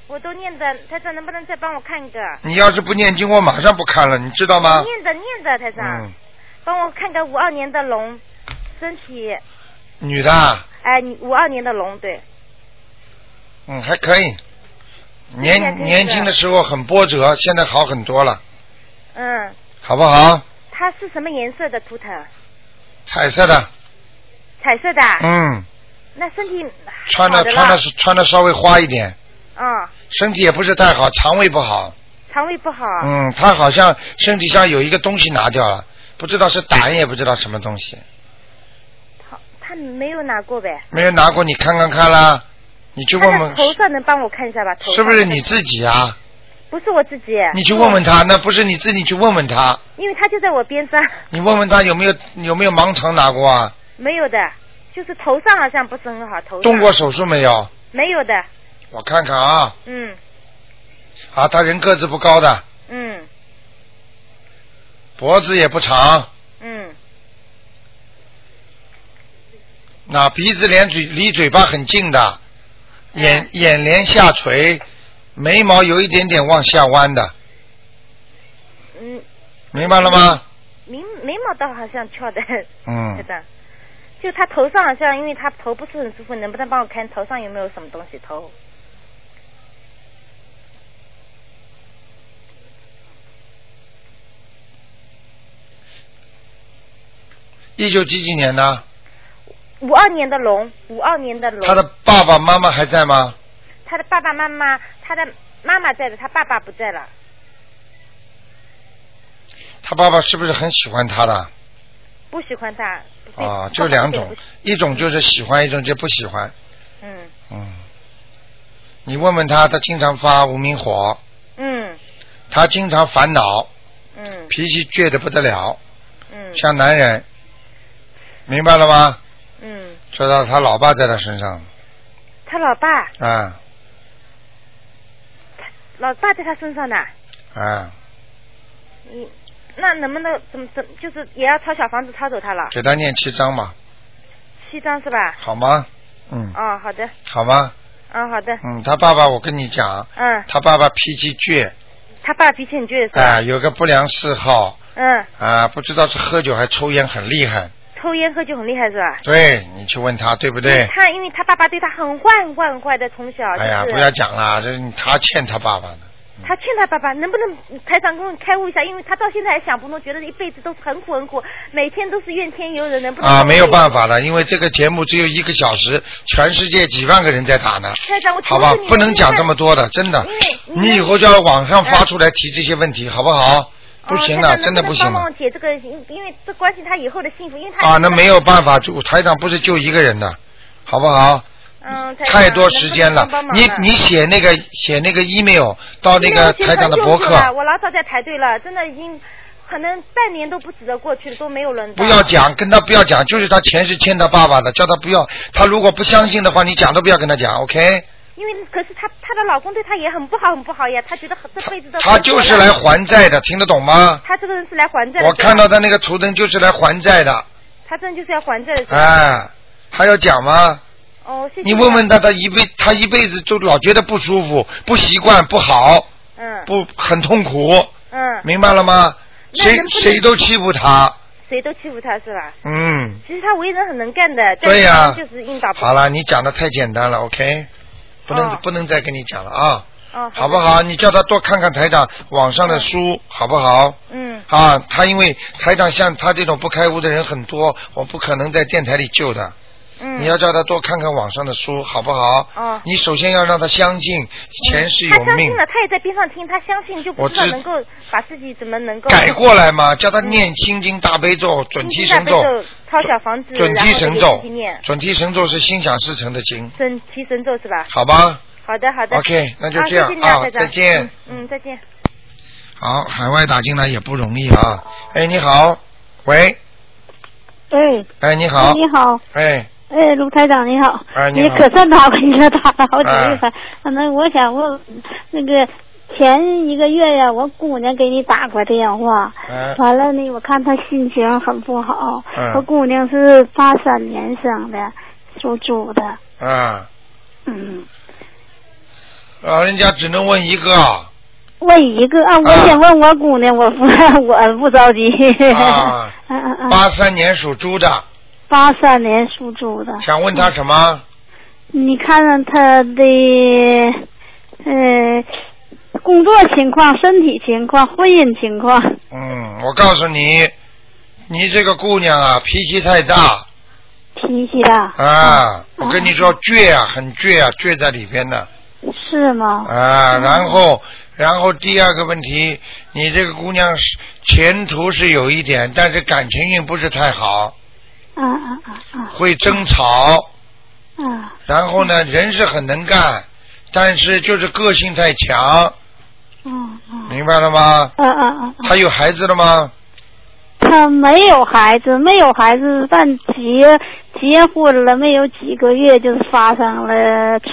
F: 我都念的，台长能不能再帮我看一个？
A: 你要是不念经，我马上不看了，你知道吗？
F: 念的念的，台长，
A: 嗯，
F: 帮我看个五二年的龙，身体，
A: 女的啊，
F: 哎，你五二年的龙对，
A: 嗯，还可以。
F: 对对
A: 年
F: 对
A: 年轻的时候很波折，现在好很多了，
F: 嗯，
A: 好不好？
F: 它是什么颜色的图腾？
A: 彩色
F: 啊
A: 的，
F: 彩色的啊，
A: 嗯，
F: 那身体
A: 穿的
F: 好
A: 穿
F: 了
A: 的，穿的稍微花一点，
F: 嗯，
A: 身体也不是太好，肠胃不好。
F: 肠胃不好，
A: 嗯，他好像身体上有一个东西拿掉了，不知道是胆，也不知道什么东西，
F: 他他没有拿过呗。
A: 没有拿过，你看看看啦，你去
F: 他
A: 问
F: 的嗯
A: 问，
F: 头上能帮我看一下吧？头上
A: 是不是你？自己啊？
F: 不是我自己，
A: 你去问问他，那不是你自己去问问他，
F: 因为他就在我边上，
A: 你问问他有没有有没有盲肠拿过啊？
F: 没有的，就是头上好像不是很好，头上
A: 动过手术没有？
F: 没有的？
A: 我看看啊，
F: 嗯
A: 啊，他人个子不高的，
F: 嗯
A: 脖子也不长，
F: 嗯，
A: 那鼻子连嘴离嘴巴很近的，
F: 嗯
A: 眼眼帘下垂，眉毛有一点点往下弯的，
F: 嗯，
A: 明白了吗？
F: 眉眉毛倒好像翘的，
A: 嗯
F: 是，的。就他头上好像，因为他头不是很舒服，能不能帮我看头上有没有什么东西？头
A: 一九几几年的？
F: 五二年的龙，五二年的龙，
A: 他的爸爸妈妈还在吗？
F: 他的爸爸妈妈，他的妈妈在的，他爸爸不在了。
A: 他爸爸是不是很喜欢他的？
F: 不喜欢他。不对
A: 啊，就两。
F: 不
A: 种
F: 喜，
A: 一种就是喜欢，一种就不喜欢。
F: 嗯
A: 嗯，你问问他，他经常发无名火，
F: 嗯
A: 他经常烦恼，
F: 嗯
A: 脾气倔得不得了，
F: 嗯
A: 像男人，明白了吗？
F: 嗯，
A: 知道他老爸在他身上
F: 他老爸，
A: 啊
F: 老爸在他身上呢。
A: 啊，
F: 你那能不能怎么怎么就是也要抄小房子抄走他了？
A: 给他念七章吧，
F: 七张是吧？
A: 好吗？嗯，
F: 哦，好的，
A: 好吗？
F: 嗯，好的，
A: 嗯，他爸爸，我跟你讲，
F: 嗯，
A: 他爸爸脾气倔，哎
F: 他爸脾气很倔是吧？
A: 啊，有个不良嗜好，
F: 嗯，
A: 啊，不知道是喝酒还抽烟，很厉害。
F: 抽烟喝酒很厉害是吧？
A: 对你去问他对不对？
F: 他因为他爸爸对他很坏很坏很坏的，从嗯小、就是。啊
A: 哎呀，不要讲了，这他欠他爸爸的。
F: 他欠他爸爸，能不能台长跟我开悟一下？因为他到现在还想不通，觉得一辈子都是很苦很苦，每天都是怨天尤人，能不能？
A: 啊，没有办法的，因为这个节目只有一个小时，全世界几万个人在打呢。
F: 台长我求
A: 好吧
F: 求你，了哎
A: 不能讲这么多的，真的
F: 因为。因为
A: 你以后就要网
F: 嗯
A: 上发出来提这些问题，好不好？不行
F: 了，
A: 了，真的
F: 不
A: 不行
F: 帮
A: 了
F: 我解这个，因因为这关系他以后的幸福，因为他
A: 啊！那没有办法，就台长不是就一个人的，好不好？
F: 嗯，台长
A: 太多时间了
F: 能不能，帮
A: 你
F: 忙啊
A: 你写那个写那个 email 到那个台长的博
F: 因为我觉
A: 客
F: 得很，久了我老早在排队了，真的已经可能半年都不止的过去了，都没有人到。
A: 不要讲，跟他不要讲，就是他钱是欠他爸爸的，叫他不要。他如果不相信的话，你讲都不要跟他讲，OK？
F: 因为可是她她的老公对她也很不好很不好呀，她觉得这辈子都
A: 他就是来还债的，听得懂吗？
F: 她这个人是来还债的。
A: 我看到他那个图腾就是来还债的，
F: 她真的就是要还债的。
A: 哎，还要讲吗？
F: 哦，谢谢。
A: 你问问。他，他一辈他一辈子就老觉得不舒服、不习惯、不好、
F: 嗯
A: 不很痛苦，
F: 嗯，
A: 明白了吗？
F: 那
A: 谁
F: 能不能
A: 谁都欺负他，
F: 谁都欺负她是吧？
A: 嗯，
F: 其实她为人很能干的，但
A: 对
F: 是
A: 呀、
F: 就是硬打不
A: 好。了，你讲的太简单了，OK，不能、
F: 哦
A: 不能再跟你讲了啊。
F: 哦，
A: 好不？好？你叫他多看看台长网上的书，好不好？
F: 嗯，
A: 啊，他因为台长像他这种不开悟的人很多，我不可能在电台里救的。
F: 嗯，
A: 你要叫他多看看网上的书，好不好？
F: 哦
A: 你首先要让他相信前世
F: 她
A: 有
F: 相
A: 命
F: 信，了，她也在边上听，她相信就不知道
A: 我知
F: 能够把自己怎么能够
A: 改过来嘛。叫他念心经大悲咒、准提神咒
F: 嗯心经大悲咒、抄小房子
A: 准提神
F: 然后
A: 咒
F: 自己念、
A: 准提神咒是心想事成的经，
F: 准提神咒是吧？
A: 好吧？
F: 好的，好的。
A: OK，那就
F: 好
A: 这样
F: 谢谢你啊
A: 啊
F: 台长
A: 再见
F: 嗯，嗯再见。
A: 好，海外打进来也不容易啊。哎，你好，喂，
G: 哎，
A: 哎，你好，
G: 你好，
A: 哎，
G: 哎，卢台长你好，
A: 哎，
G: 你
A: 好
G: 可，算打我一个打了好几
A: 哎
G: 个牌。那我想问，那个前一个月呀，我姑娘给你打过电话，
A: 哎，
G: 完了呢，我看她心情很不好。
A: 嗯
G: 我姑娘是八三年生的，属猪的，
A: 啊，
G: 嗯。
A: 老人家只能问一个 啊，
G: 问一个啊，我
A: 啊
G: 想问我姑娘，我不 我不着急。
A: 啊
G: 嗯嗯嗯，
A: 八三年属猪的，
G: 八三年属猪的，
A: 想问他什么？
G: 你看看他的，呃，工作情况、身体情况、婚姻情况。
A: 嗯，我告诉你，你这个姑娘啊，脾气太大
G: 脾气大嗯
A: 啊，我跟你说倔啊，很倔啊，倔在里边呢
G: 是吗？
A: 啊。然后，然后第二个问题，你这个姑娘是前途是有一点，但是感情运不是太好，
G: 啊啊啊啊
A: 会争吵。
G: 啊！
A: 然后呢，人是很能干，但是就是个性太强，
G: 嗯嗯
A: 明白了吗？
G: 啊啊啊！啊
A: 她有孩子了吗？
G: 他没有孩子，没有孩子，但结结婚了没有几个月，就是发生了出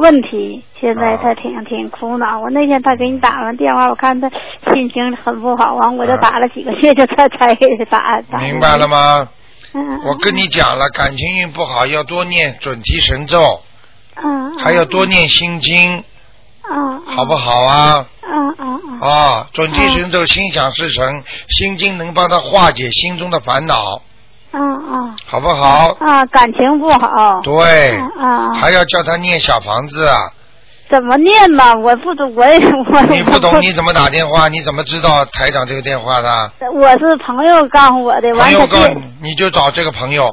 G: 问题。现在他挺挺苦恼。我那天他给你打完电话，我看他心情很不好，完我就
A: 啊
G: 打了几个月，就他才给他打打。
A: 明白了吗？
G: 嗯？嗯，
A: 我跟你讲了，感情运不好要多念准提神咒，
G: 嗯，嗯
A: 还要多念心经，
G: 嗯，
A: 好不好啊？
G: 嗯嗯嗯
A: 啊，准提神咒心想事成，心经能帮他化解心中的烦恼，
G: 嗯嗯
A: 好不好？
G: 啊，感情不好。
A: 对，
G: 嗯嗯，嗯
A: 还要叫他念小房子啊！
G: 怎么念吧？我不懂，我也我
A: 你不懂你怎么打电话？你怎么知道台长这个电话的？
G: 我是朋友告诉我的，
A: 朋
G: 完
A: 友
G: 他
A: 告诉
G: 就
A: 你，你就找这个朋友。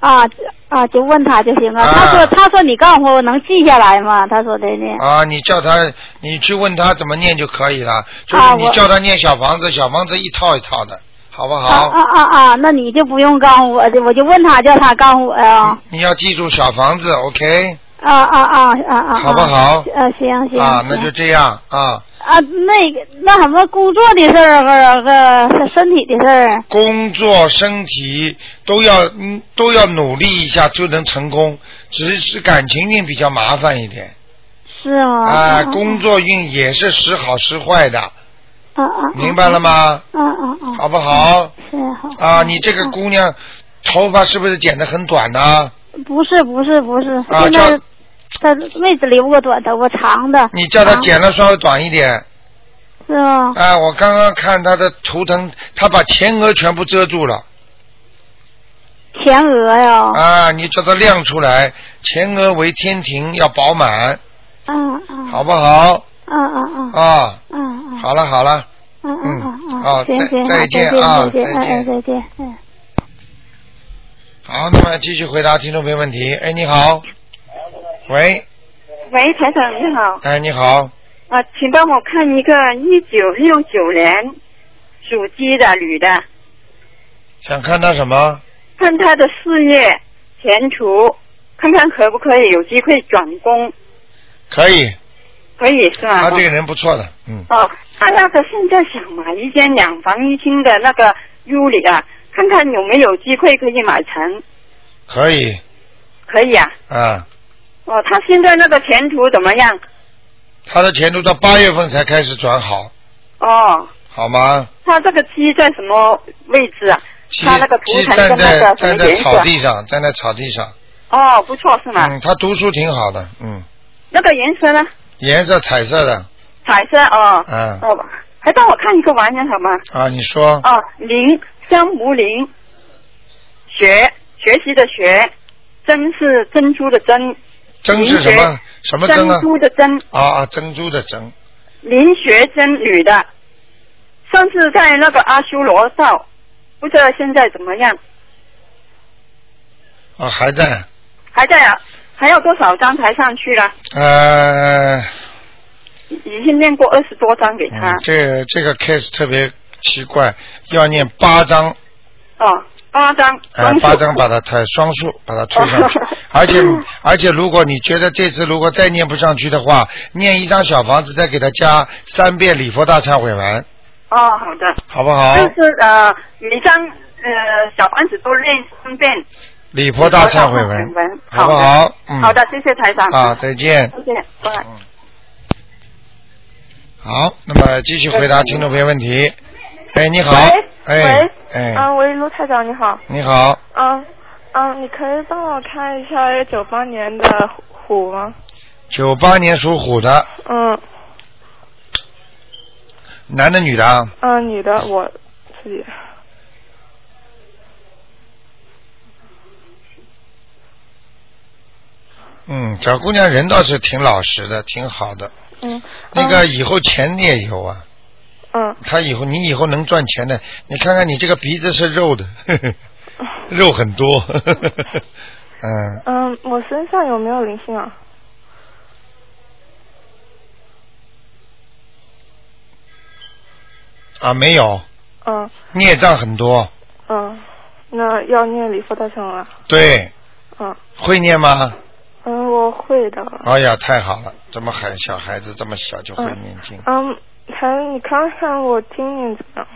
G: 啊啊，就问他就行了。
A: 啊
G: 他说他说你告诉我，我能记下来吗？他说的呢。
A: 啊，你叫他，你去问他怎么念就可以了。就是
G: 啊
A: 你
G: 我
A: 叫他念小房子，小房子一套一套的，好不
G: 啊
A: 好？
G: 啊啊啊！那你就不用告诉我的，我就问他，叫他告诉我呀。
A: 你要记住小房子，OK？
G: 啊啊啊啊啊！
A: 好不好
G: 呃，行行。
A: 啊，那
G: 行
A: 就这样啊。
G: 啊，那个那什么工作的事儿和和和身体的事儿。
A: 工作、身体都要嗯都要努力一下就能成功，只是感情运比较麻烦一点
G: 是吗？
A: 啊。工作运也是时好时坏的，
G: 啊啊，啊
A: 明白了？吗？
G: 嗯嗯嗯，
A: 好不好？
G: 是好
A: 啊，你这个姑娘头发是不是剪得很短呢、
G: 不是不是不是，
A: 啊
G: 现在
A: 叫
G: 是他妹子留过短头发，长的
A: 你叫她
G: 啊
A: 剪了稍微短一点。
G: 是吗？
A: 啊，我刚刚看她的图腾，她把前额全部遮住了。
G: 前额呀、
A: 啊，你叫它亮出来，前额为天庭要饱满，
G: 嗯嗯
A: 好不好？
G: 嗯嗯嗯
A: 啊，
G: 嗯嗯
A: 好了好了，
G: 嗯嗯嗯
A: 好
G: 嗯，行
A: 再
G: 行，
A: 再
G: 好
A: 见
G: 见
A: 啊再见
G: 再见，嗯嗯再见，嗯。
A: 好，那么继续回答听众朋友问题。哎，你好，喂，
H: 喂，台长你好，
A: 哎，你好，
H: 啊，请帮我看一个一九六九年属鸡的女的，
A: 想看他什么？
H: 看她的事业前途，看看可不可以有机会转工，
A: 可以，
H: 可以是吧？
A: 他啊这个人不错的，嗯，
H: 哦，他那个现在想买一间两房一厅的那个屋里啊，看看有没有机会可以买成，
A: 可以，
H: 可以啊。
A: 啊，
H: 哦，他现在那个前途怎么样？
A: 他的前途到八月份才开始转好，
H: 哦，
A: 好吗？
H: 他这个鸡在什么位置啊？
A: 鸡
H: 他那个图
A: 鸡
H: 腾
A: 站
H: 跟那
A: 在
H: 个什
A: 站
H: 么
A: 在
H: 颜色
A: 草
H: 啊？
A: 地上，站在草地上，
H: 哦，不错是吗？
A: 嗯，他读书挺好的，嗯，
H: 那个颜色呢？
A: 颜色彩色的，
H: 彩色哦。
A: 嗯
H: 哦，还帮我看一个玩人好吗？
A: 啊，你说
H: 哦，林香木林，学学习的学，珍是珍珠的珍，
A: 珍是什
H: 林
A: 么什么
H: 珍
A: 珍啊？
H: 珠的珍，
A: 啊啊，珍珠的珍，
H: 林学珍女的，上次在那个阿修罗道，不知道现在怎么样，
A: 啊，还在，
H: 还在啊？还要多少张才上去了？
A: 呃。
H: 已已经念过二十多张给他
A: 嗯，。这这个 case 特别奇怪，要念八张，嗯
H: 哦，八张。，
A: 呃，八张把它推双数把它推 上去而且而且如果你觉得这次如果再念不上去的话，念一张小房子再给他加三遍礼佛大忏悔文，
H: 哦，好的。
A: 好不好？
H: 就是呃，每张呃小房子都练三遍。
A: 礼佛大忏悔文，好不好？嗯，
H: 好的，谢谢台长。
A: 啊，再见。嗯
H: 谢谢，拜。
A: 好，那么继续回答听众朋友问题。哎，你好，
I: 喂，
A: 哎
I: 喂，
A: 哎，
I: 啊，喂，卢台长你好，
A: 你好，
I: 啊啊，你可以帮我看一下九八年的虎吗？
A: 九八年属虎的，
I: 嗯
A: 男的女的啊？
I: 嗯、女的，我自己，
A: 嗯，小姑娘人倒是挺老实的，挺好的。
I: 嗯，
A: 那个以后钱你也有啊，
I: 嗯
A: 她以后你以后能赚钱的，你看看你这个鼻子是肉 的，呵呵肉很多。呵呵呵嗯，
I: 嗯，我身上有没有灵性啊？
A: 啊，没有，
I: 嗯
A: 孽障很多。
I: 嗯，那要念礼佛大忏悔啊？
A: 对，
I: 嗯
A: 会念吗？
I: 嗯，我会的。
A: 哎呀，太好了，怎么还小孩子这么小就会念经？
I: 嗯，还你看看我今年怎么样？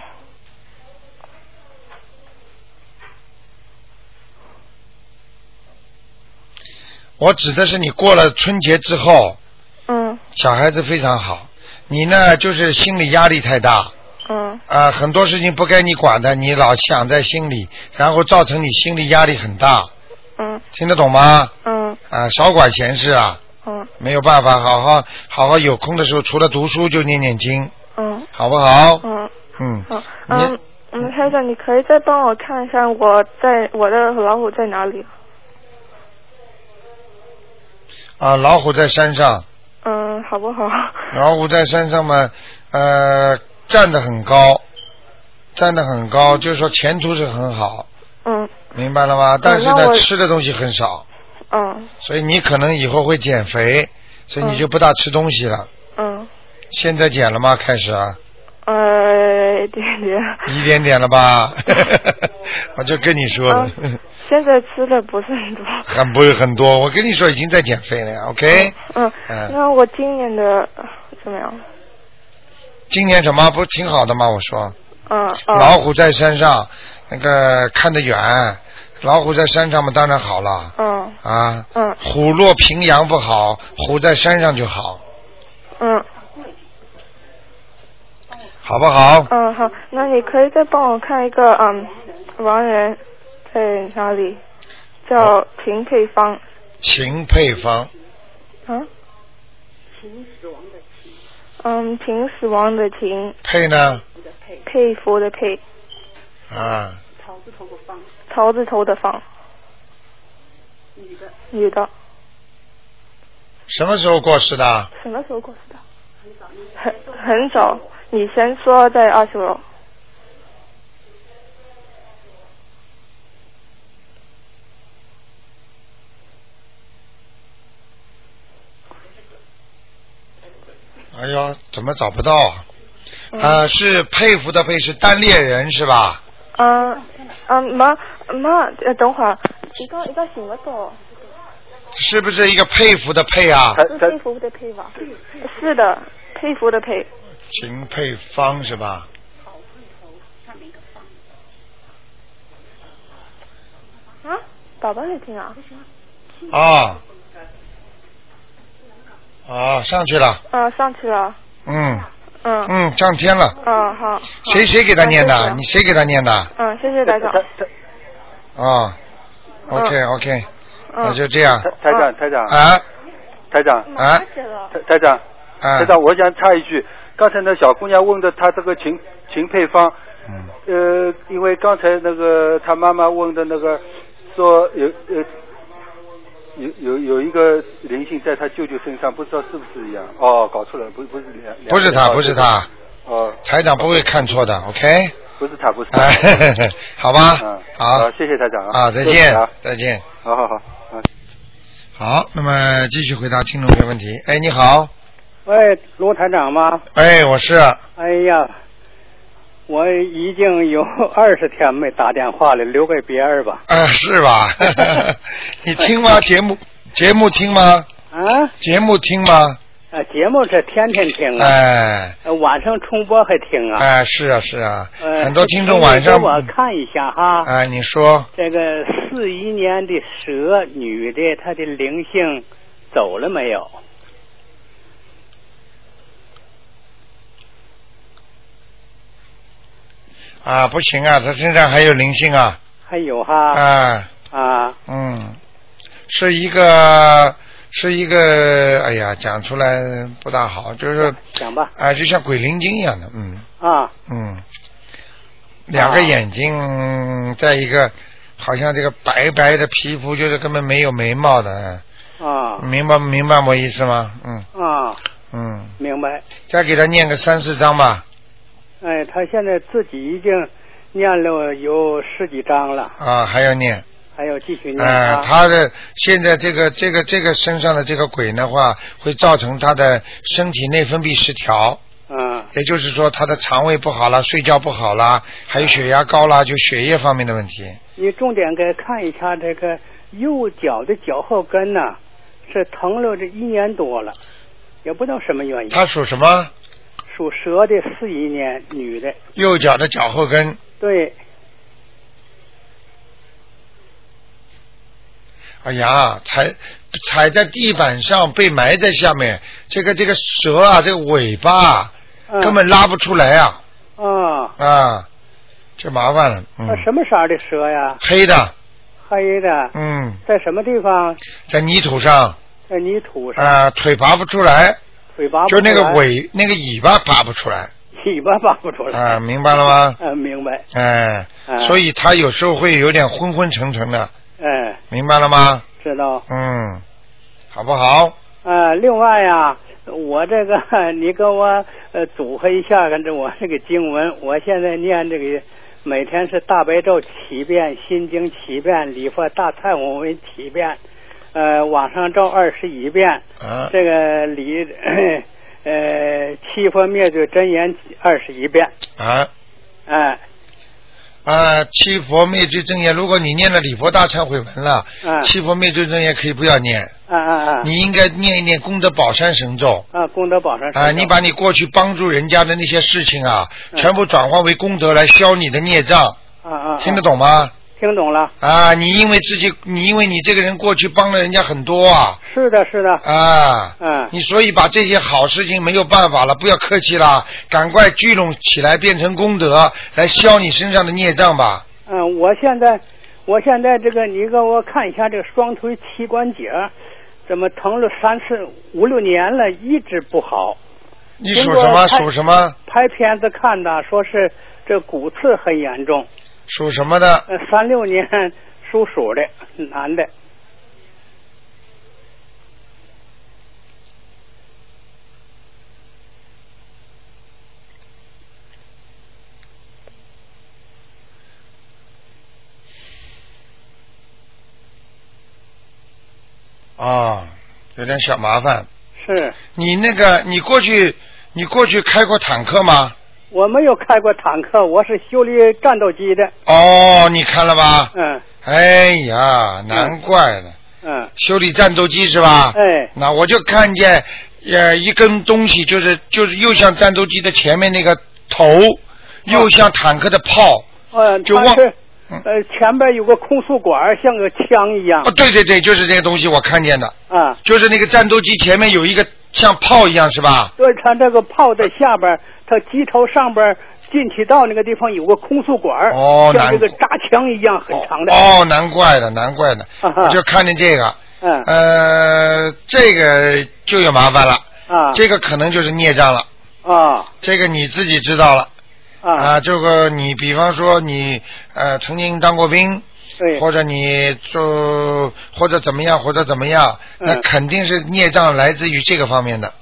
A: 我指的是你过了春节之后，
I: 嗯
A: 小孩子非常好，你呢就是心理压力太大。
I: 嗯
A: 啊，很多事情不该你管的，你老想在心里，然后造成你心理压力很大，
I: 嗯
A: 听得懂吗？
I: 嗯
A: 啊，少管闲事啊，
I: 嗯
A: 没有办法，好好好好有空的时候，除了读书就念念经，
I: 嗯
A: 好不好？
I: 嗯。
A: 嗯，
I: 好，
A: 你
I: 嗯，嗯，先生，你可以再帮我看一下我在我的老虎在哪里？
A: 啊，老虎在山上，
I: 嗯，好不好？
A: 老虎在山上嘛，呃，站得很高，站得很高，就是说前途是很好，
I: 嗯
A: 明白了吗？但是
I: 那
A: 呢，
I: 呃我
A: 吃的东西很少，
I: 嗯
A: 所以你可能以后会减肥，所以你
I: 嗯
A: 就不大吃东西了。
I: 嗯，
A: 现在减了吗？开始啊，
I: 呃， 一点点。
A: 一点点了吧？ 我就跟你说了，
I: 嗯现在吃的不是很多。
A: 很不是很多。我跟你说，已经在减肥了呀。OK，
I: 嗯，
A: 嗯
I: 那我今年的呃怎么样？
A: 今年什么不挺好的吗？我说，
I: 嗯
A: 老
I: 哦，
A: 虎在山上，那个看得远，老虎在山上嘛，当然好了
I: 嗯
A: 啊。
I: 嗯
A: 虎落平阳不好，虎在山上就好，
I: 嗯
A: 好不好？
I: 嗯，好，那你可以再帮我看一个嗯，王源在哪里？叫秦佩芳。
A: 秦配方，
I: 啊？嗯，秦死亡的秦，
A: 配呢？
I: 佩服的佩，
A: 啊，
B: 字头我放，
I: 桃字头的方，
B: 女的，
I: 女的，
A: 什么时候过世的？
I: 什么时候过世的？很很早，你先说在二十楼。
A: 哎呦，怎么找不到啊？呃，是佩服的佩是单列人是吧？
I: 嗯嗯，妈妈，呃等会儿，而家而家成乜个？
A: 是不是一个佩服的佩啊？
I: 是佩服的佩吧？是的，佩服的佩。
A: 秦佩芳是吧？
I: 啊？宝宝在听啊？
A: 啊啊，上去了，
I: 啊，上去了。
A: 嗯
I: 嗯
A: 嗯，上天了。
I: 嗯，好。好
A: 谁谁给他念
I: 啊谢
A: 的？
I: 谢
A: 你谁给他念的？
I: 嗯，谢谢台长。
A: 啊，OK OK，那
C: 呃
F: 嗯
A: 就这样
C: 嗯台台长，台长，
A: 啊，
C: 台长，
A: 啊，
C: 台台长，台长，我想插一句，刚才那小姑娘问的她这个秦秦配方，呃，因为刚才那个她妈妈问的那个，说有呃有有有一个灵性在她舅舅身上，不知道是不是一样？哦，搞错了，不不是两，两
A: 不是他，不是，他，
C: 哦，
A: 台长不会看错的，OK，
C: 不是他，不是他，
A: 哎， 好吧，
C: 嗯，
A: 好，
C: 谢谢台长
A: 啊，再
C: 谢谢
A: 见
C: 啊，
A: 再见。
C: 好好好，啊。
A: 好，那么继续回答听众朋友问题。哎，你好，
J: 喂，罗台长吗？
A: 哎，我是，
J: 哎呀，我已经有 二十天没打电话了，留给别人吧。
A: 啊，是吧？ 你听吗？节目节目听吗？
J: 啊？
A: 节目听吗？
J: 啊，节目是天天听啊，
A: 哎，
J: 呃晚上重播还听啊。
A: 哎，是啊，是啊，
J: 呃
A: 很多听众晚上
J: 给，我看一下哈，
A: 哎，你说，
J: 这个四一年的蛇女的，她的灵性走了没有？
A: 啊，不行啊，他身上还有灵性啊，
J: 还有哈
A: 啊，
J: 啊
A: 嗯，是一个是一个，哎呀，讲出来不大好，就是
J: 讲吧
A: 啊，就像鬼灵精一样的，嗯
J: 啊
A: 嗯，两个眼睛，在一个好像这个白白的皮肤，就是根本没有眉毛的，
J: 啊
A: 嗯明白明白我意思吗？嗯
J: 啊，
A: 嗯，
J: 明白。
A: 再给他念个三四章吧，
J: 哎，他现在自己已经念了有十几章了，
A: 啊，还要念。
J: 还要继续念
A: 呃，
J: 啊。
A: 他的现在这个这个这个身上的这个鬼的话，会造成他的身体内分泌失调，
J: 嗯
A: 也就是说他的肠胃不好啦，睡觉不好啦，还有血压高啦，就血液方面的问题。
J: 你重点给看一下这个右脚的脚后跟呐，是疼了这一年多了，也不知道什么原因。
A: 他属什么？
J: 属蛇的，四一年女的，
A: 右脚的脚后跟，
J: 对，
A: 哎呀，踩踩在地板上被埋在下面，这个这个蛇啊，这个尾巴啊
J: 嗯、
A: 根本拉不出来啊
J: 啊。
A: 啊，这麻烦了，嗯
J: 那，什么色儿的蛇呀？
A: 黑的，
J: 黑的，
A: 嗯，
J: 在什么地方？
A: 在泥土上
J: 在泥土上，
A: 啊，腿拔不出来。
J: 腿拔不
A: 就那
J: 出
A: 个
J: 来，
A: 尾那个尾巴拔不出来
J: 尾巴拔不出来。
A: 啊，明白了吗？
J: 嗯，明白。
A: 哎，
J: 啊
A: 所以他有时候会有点昏昏沉沉的，
J: 哎，
A: 明白了吗？
J: 知道。
A: 嗯，好不好？
J: 呃，另外呀，我这个 你跟我呃组合一下，跟着我这个经文，我现在念这个每天是大悲咒七遍，心经七遍，礼佛大忏悔文七遍，呃，往上咒二十一遍，
A: 啊，
J: 这个礼 呃七佛灭罪真言二十一遍，
A: 啊
J: 哎、
A: 啊！七佛灭罪真言，如果你念了礼佛大忏悔文了，
J: 嗯
A: 七佛灭罪真言可以不要念，
J: 啊啊啊
A: 你应该念一念功德宝山神咒。
J: 啊！功德宝上
A: 啊，你把你过去帮助人家的那些事情啊，
J: 嗯
A: 全部转化为功德来消你的孽障，
J: 啊啊啊
A: 听得懂吗？
J: 听懂了？
A: 啊，你因为自己，你因为你这个人过去帮了人家很多啊，
J: 是的，是的，
A: 啊，
J: 嗯
A: 你所以把这些好事情没有办法了，不要客气啦，赶快聚拢起来变成功德，来消你身上的孽障吧。
J: 嗯，我现在，我现在这个，你给我看一下这个双腿膝关节，怎么疼了三四五六年了，一直不好。
A: 你属什么？
J: 经过
A: 属什么？
J: 拍片子看的，说是这骨刺很严重，
A: 属什么的？
J: 呃，三六年属鼠的男的，
A: 啊、有点小麻烦。
J: 是
A: 你那个，你过去，你过去开过坦克吗？
J: 我没有开过坦克，我是修理战斗机的。
A: 哦，你看了吧？
J: 嗯
A: 哎呀，难怪了，
J: 嗯，
A: 修理战斗机是吧？
J: 哎，
A: 那我就看见，呃，一根东西，就是就是又像战斗机的前面那个头，又像坦克的炮。
J: 呃，
A: 就
J: 它
A: 忘
J: 哦
A: 嗯
J: 是呃前边有个空速管，像个枪一样
A: 哦，对对对，就是这个东西我看见的，
J: 啊。
A: 就是那个战斗机前面有一个像炮一样是吧？
J: 所以它这个炮在下边，它机头上边进气道那个地方有个空速管，
A: 哦
J: 像这
A: 难
J: 个扎枪一样很长的。
A: 哦，难怪的，难怪的，
J: 啊哈
A: 我就看见这个，
J: 嗯
A: 呃，这个就有麻烦了，
J: 啊
A: 这个可能就是孽障了，
J: 啊
A: 这个你自己知道了。
J: 啊
A: 啊，这个你比方说你呃曾经当过兵，
J: 对，
A: 或者你做或者怎么样，或者怎么样，
J: 嗯
A: 那肯定是孽障来自于这个方面的，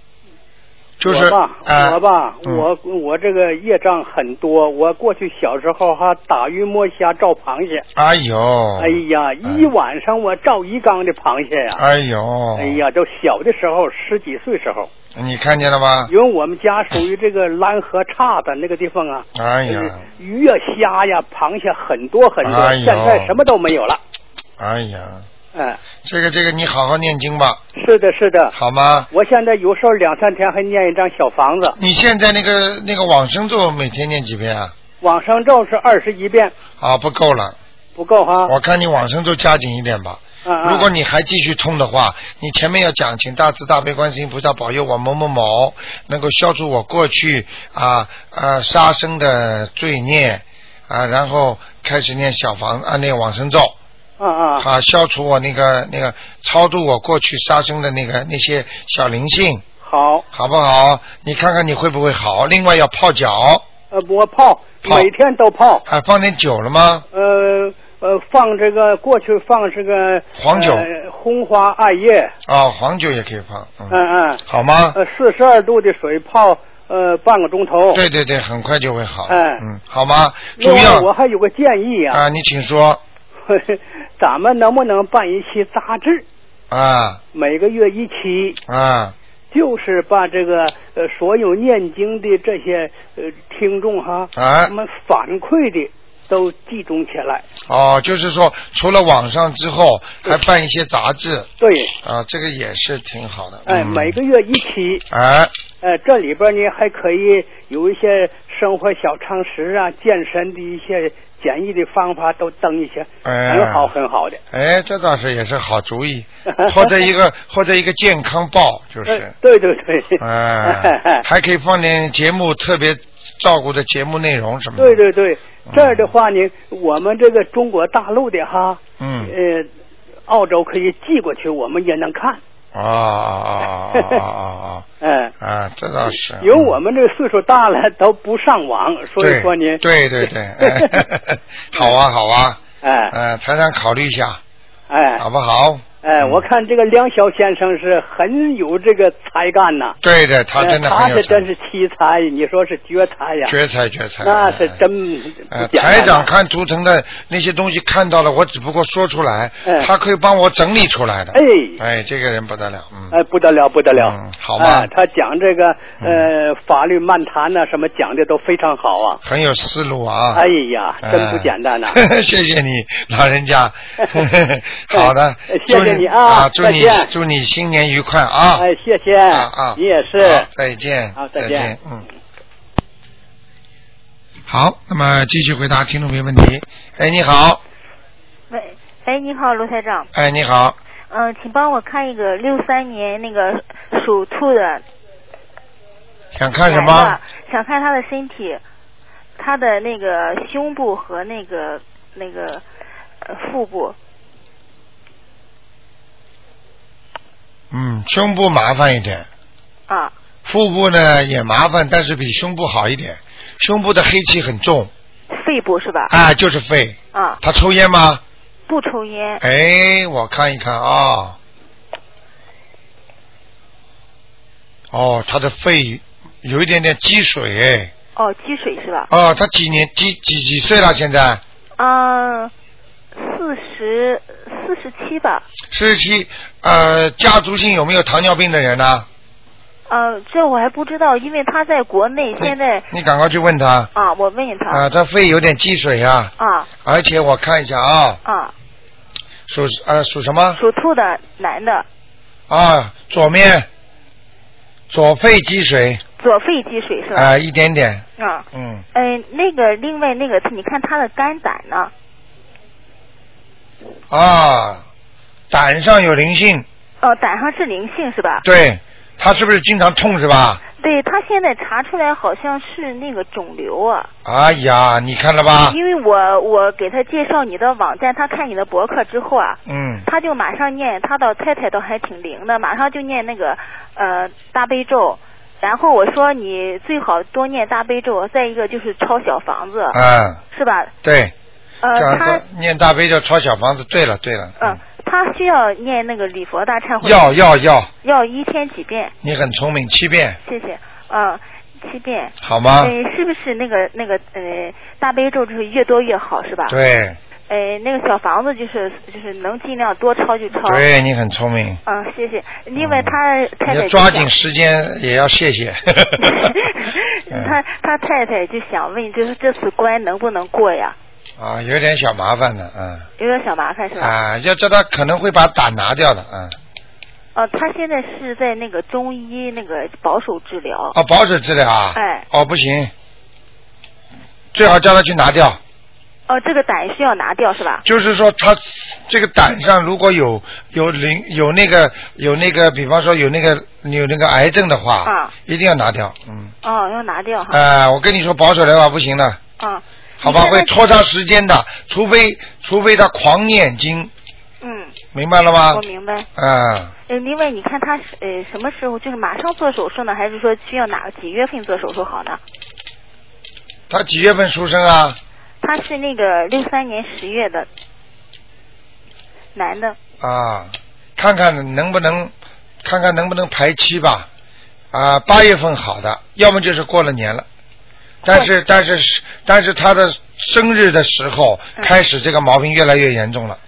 A: 就是
J: 我吧，
A: 啊
J: 我吧，
A: 嗯
J: 我我这个业障很多。我过去小时候还打鱼摸虾照螃蟹，
A: 哎呦，
J: 哎呀，一晚上我照一缸的螃蟹呀、
A: 哎呦，
J: 哎呀，就小的时候，十几岁时候，
A: 你看见了吗？
J: 因为我们家属于这个拦河岔的那个地方啊，
A: 哎
J: 就
A: 呀
J: 是，鱼呀、虾呀、螃蟹很多很多，
A: 哎呦
J: 现在什么都没有了。
A: 哎呀，
J: 嗯，
A: 这个这个你好好念经吧，
J: 是的，是的。
A: 好啊吗？
J: 我现在有时候两三天还念一张小房子，
A: 你现在那个那个往生咒每天念几遍啊？
J: 往上咒是二十一遍，
A: 啊，不够了，
J: 不够哈。
A: 我看你往生咒加紧一点吧。
J: 嗯嗯
A: 如果你还继续痛的话，你前面要讲，请大慈大悲观世音菩萨保佑我某某某能够消除我过去啊啊杀生的罪孽啊，然后开始念小房啊念往生咒
J: 啊啊
A: 啊，消除我那个那个超度我过去杀生的那个那些小灵性，
J: 好，
A: 好不好？你看看你会不会好？另外要泡脚，
J: 呃，我泡，
A: 泡
J: 每天都泡，
A: 啊，放点酒了吗？
J: 呃呃，放这个过去放这个
A: 黄酒
J: 呃红花艾叶，
A: 啊，黄酒也可以放，嗯，
J: 嗯嗯，
A: 好吗？
J: 呃，四十二度的水泡呃半个钟头。
A: 对对对，很快就会好。
J: 哎
A: 嗯，好吗？主
J: 另外
A: 要
J: 我还有个建议啊，
A: 啊，你请说
J: 咱们能不能办一期杂志？
A: 啊
J: 每个月一期，
A: 啊，
J: 就是把这个呃所有念经的这些呃听众哈，
A: 啊
J: 他们反馈的都集中起来。
A: 哦，就是说除了网上之后，还办一些杂志
J: 对，
A: 啊，这个也是挺好的。
J: 哎，
A: 嗯
J: 每个月一期，
A: 哎
J: 呃，这里边呢还可以有一些生活小常识啊、健身的一些简易的方法都登一下，
A: 哎
J: 很好很好的。
A: 哎，这倒是也是好主意，或者一个或者一个健康报就是
J: 呃，对对对，
A: 哎，还可以放点节目特别照顾的节目内容什么的。嗯
J: 对对对，这儿的话呢，我们这个中国大陆的哈，
A: 嗯
J: 呃，澳洲可以寄过去，我们也能看，
A: 啊啊啊啊啊
J: 嗯、
A: 啊啊，这倒是。嗯
J: 因为我们这个岁数大了都不上网，所 以说呢，
A: 对对对对，哎 好啊好啊，
J: 哎
A: 呃，台长考虑一下，
J: 哎
A: 好不好？ 嗯
J: 哎，我看这个梁晓先生是很有这个才干呐、
A: 对的，他
J: 呃
A: 真的
J: 他
A: 很有
J: 是
A: 才
J: 真是奇才，你说是绝才呀？
A: 绝才绝才，
J: 那是真
A: 呃，
J: 不简单啊
A: 台长看图腾的那些东西看到了，我只不过说出来
J: 嗯，
A: 他可以帮我整理出来的。
J: 哎
A: 哎，这个人不得了，嗯，
J: 哎，不得了，不得了，
A: 嗯好吧嗯
J: 哎他讲这个呃法律漫谈呐、什么讲的都非常好啊。
A: 很有思路啊。
J: 哎呀，真不
A: 嗯
J: 简单呐、
A: 谢谢你，老人 家。好的，
J: 谢谢
A: 祝
J: 你啊
A: 啊，祝
J: 再
A: 你
J: 见
A: 祝你新年愉快啊！
J: 哎，谢谢，
A: 啊啊，
J: 你也是。
A: 好再见，
J: 好
A: 再
J: 再见
A: 嗯。好，那么继续回答听众朋友问题。哎，你好，
F: 喂，哎，你好，卢台长，
A: 哎，你好，
F: 嗯、请帮我看一个六三年那个属兔的
A: 想看什
F: 男
A: 么
F: 的？想看他的身体，他的那个胸部和那个那个呃腹部。
A: 嗯，胸部麻烦一点，
F: 啊，
A: 腹部呢也麻烦，但是比胸部好一点。胸部的黑气很重，
F: 肺
K: 肺部是吧？
A: 啊，就是肺。
K: 啊，
A: 他抽烟吗？
K: 不抽烟。
A: 哎，我看一看啊、哦，他的肺有一点点积水
K: 哦，积水是吧
A: 哎。？哦，他几年几几几岁了？现在
K: 嗯，四十四十七吧。
A: 四十七。呃，家族性有没有糖尿病的人啊呢、
K: 呃，这我还不知道，因为他在国内现在
A: 你赶快去问他。
K: 啊，我问他
A: 嗯啊，他肺有点积水啊，
K: 啊
A: 而且我看一下啊，
K: 啊，
A: 属呃属什么？
K: 属兔的男的，
A: 啊，左面，左肺积水
K: 左肺积水是吧？
A: 啊、一点点，
K: 啊，
A: 嗯，
K: 哎，那个，另外那个，你看他的肝胆呢？
A: 啊，胆上有灵性，
K: 哦，胆上是灵性是吧？
A: 对，他是不是经常痛是吧？
K: 对他现在查出来好像是那个肿瘤啊。
A: 哎呀，你看了吧？
K: 因为我我给他介绍你的网站，他看你的博客之后啊，
A: 嗯，
K: 他就马上念，他的太太倒还挺灵的，马上就念那个呃大悲咒。然后我说你最好多念大悲咒，再一个就是抄小房子，
A: 啊，
K: 是吧？
A: 对，
K: 呃，
A: 这样
K: 他
A: 子念大悲咒抄小房子，对了对了，
K: 嗯、他需要念那个礼佛大忏悔。
A: 要要要，
K: 要一天几遍？
A: 你很聪明，七遍，
K: 谢谢，嗯，七遍。
A: 好吗
K: 呃，是不是那个那个呃大悲咒就是越多越好是吧？。
A: 对
K: 呃，那个小房子就是就是能尽量多抄就抄。
A: 对，你很聪明。
K: 嗯，谢谢。另外他
A: 你
K: 太太
A: 要
K: 就
A: 抓
K: 想
A: 紧时间，也要谢谢。嗯
K: 他他太太就想问，就是这次关能不能过呀？
A: 啊，有点小麻烦的，嗯，
K: 有点小麻烦是吧？
A: 啊，要叫他可能会把胆拿掉的，嗯，
K: 呃，他现在是在那个中医那个保守治疗。
A: 哦，保守治疗啊，
K: 哎，
A: 哦，不行，最好叫他去拿掉。
K: 哦，这个胆需要拿掉是吧？
A: 就是说，他这个胆上如果有有灵有那个有那个，比方说有那个有那个癌症的话，
K: 啊
A: 一定要拿掉，嗯，
K: 哦，要拿掉哈。
A: 啊，我跟你说，保守疗法不行的，
K: 啊。
A: 呃好 吧，
K: 你
A: 会
K: 看他
A: 拖长时间的，除非除非他狂念经，
K: 嗯。
A: 明白了吗
K: 我？明白。
A: 啊。
K: 呃，另外你看他是呃什么时候就是马上做手术呢，还是说需要哪几月份做手术好呢？
A: 他几月份出生啊？
K: 他是那个六三年十月的男的，
A: 啊，看看能不能，看看能不能排期吧。啊，八月份好的，要么就是过了年了。但是但是但是他的生日的时候
K: 嗯
A: 开始这个毛病越来越严重了。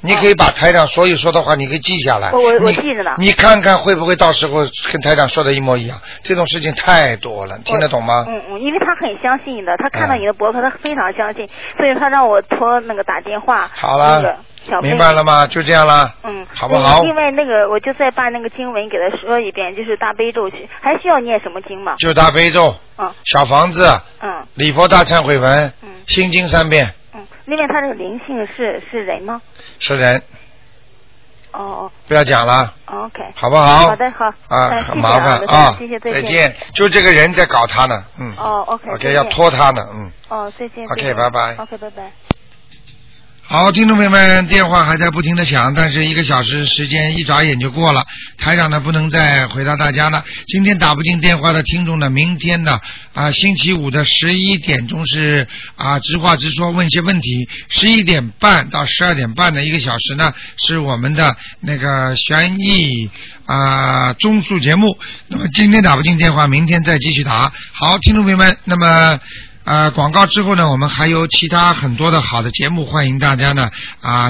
A: 你可以把台长所有说的话，你可以记下来。
K: 哦我我我
A: 你
K: 记着呢
A: 你看看会不会到时候跟台长说的一模一样？这种事情太多了，听得懂吗？
K: 嗯嗯，因为他很相信你的，他看到你的博客，他非常相信，所以他让我托那个打电话。
A: 嗯好
K: 那个
A: 了，
K: 小妹
A: 明白了吗？就这样啦。
K: 嗯，
A: 好不好
K: 那个另外那个，我就再把那个经文给他说一遍，就是大悲咒，还需要念什么经吗？
A: 就大悲咒、
K: 嗯
A: 小房子、
K: 嗯，
A: 礼佛大忏悔文、心经三遍
K: 另外他这个灵性是是人吗？
A: 是人，
K: 哦
A: 不要讲了。
K: 哦，OK，
A: 好不好
K: 好的，好
A: 啊，
K: 哎
A: 很麻烦
K: 谢谢啊
A: 啊！
K: 谢谢，
A: 再
K: 再
A: 见。就这个人在搞他呢，嗯。
K: 哦，OK，再
A: OK，
K: 见
A: 要拖他呢，嗯。
K: 哦，再见。
A: OK，
K: 再见
A: 拜拜
K: OK，拜拜。
A: 好，听众朋友们，电话还在不停的响，但是一个小时时间一眨眼就过了。台长呢不能再回答大家了。今天打不进电话的听众呢，明天呢啊星期五的十一点钟是啊直话直说问一些问题，十一点半到十二点半的一个小时呢是我们的那个悬疑啊综述节目。那么今天打不进电话，明天再继续打。好，听众朋友们，那么。呃，广告之后呢，我们还有其他很多的好的节目，欢迎大家呢啊。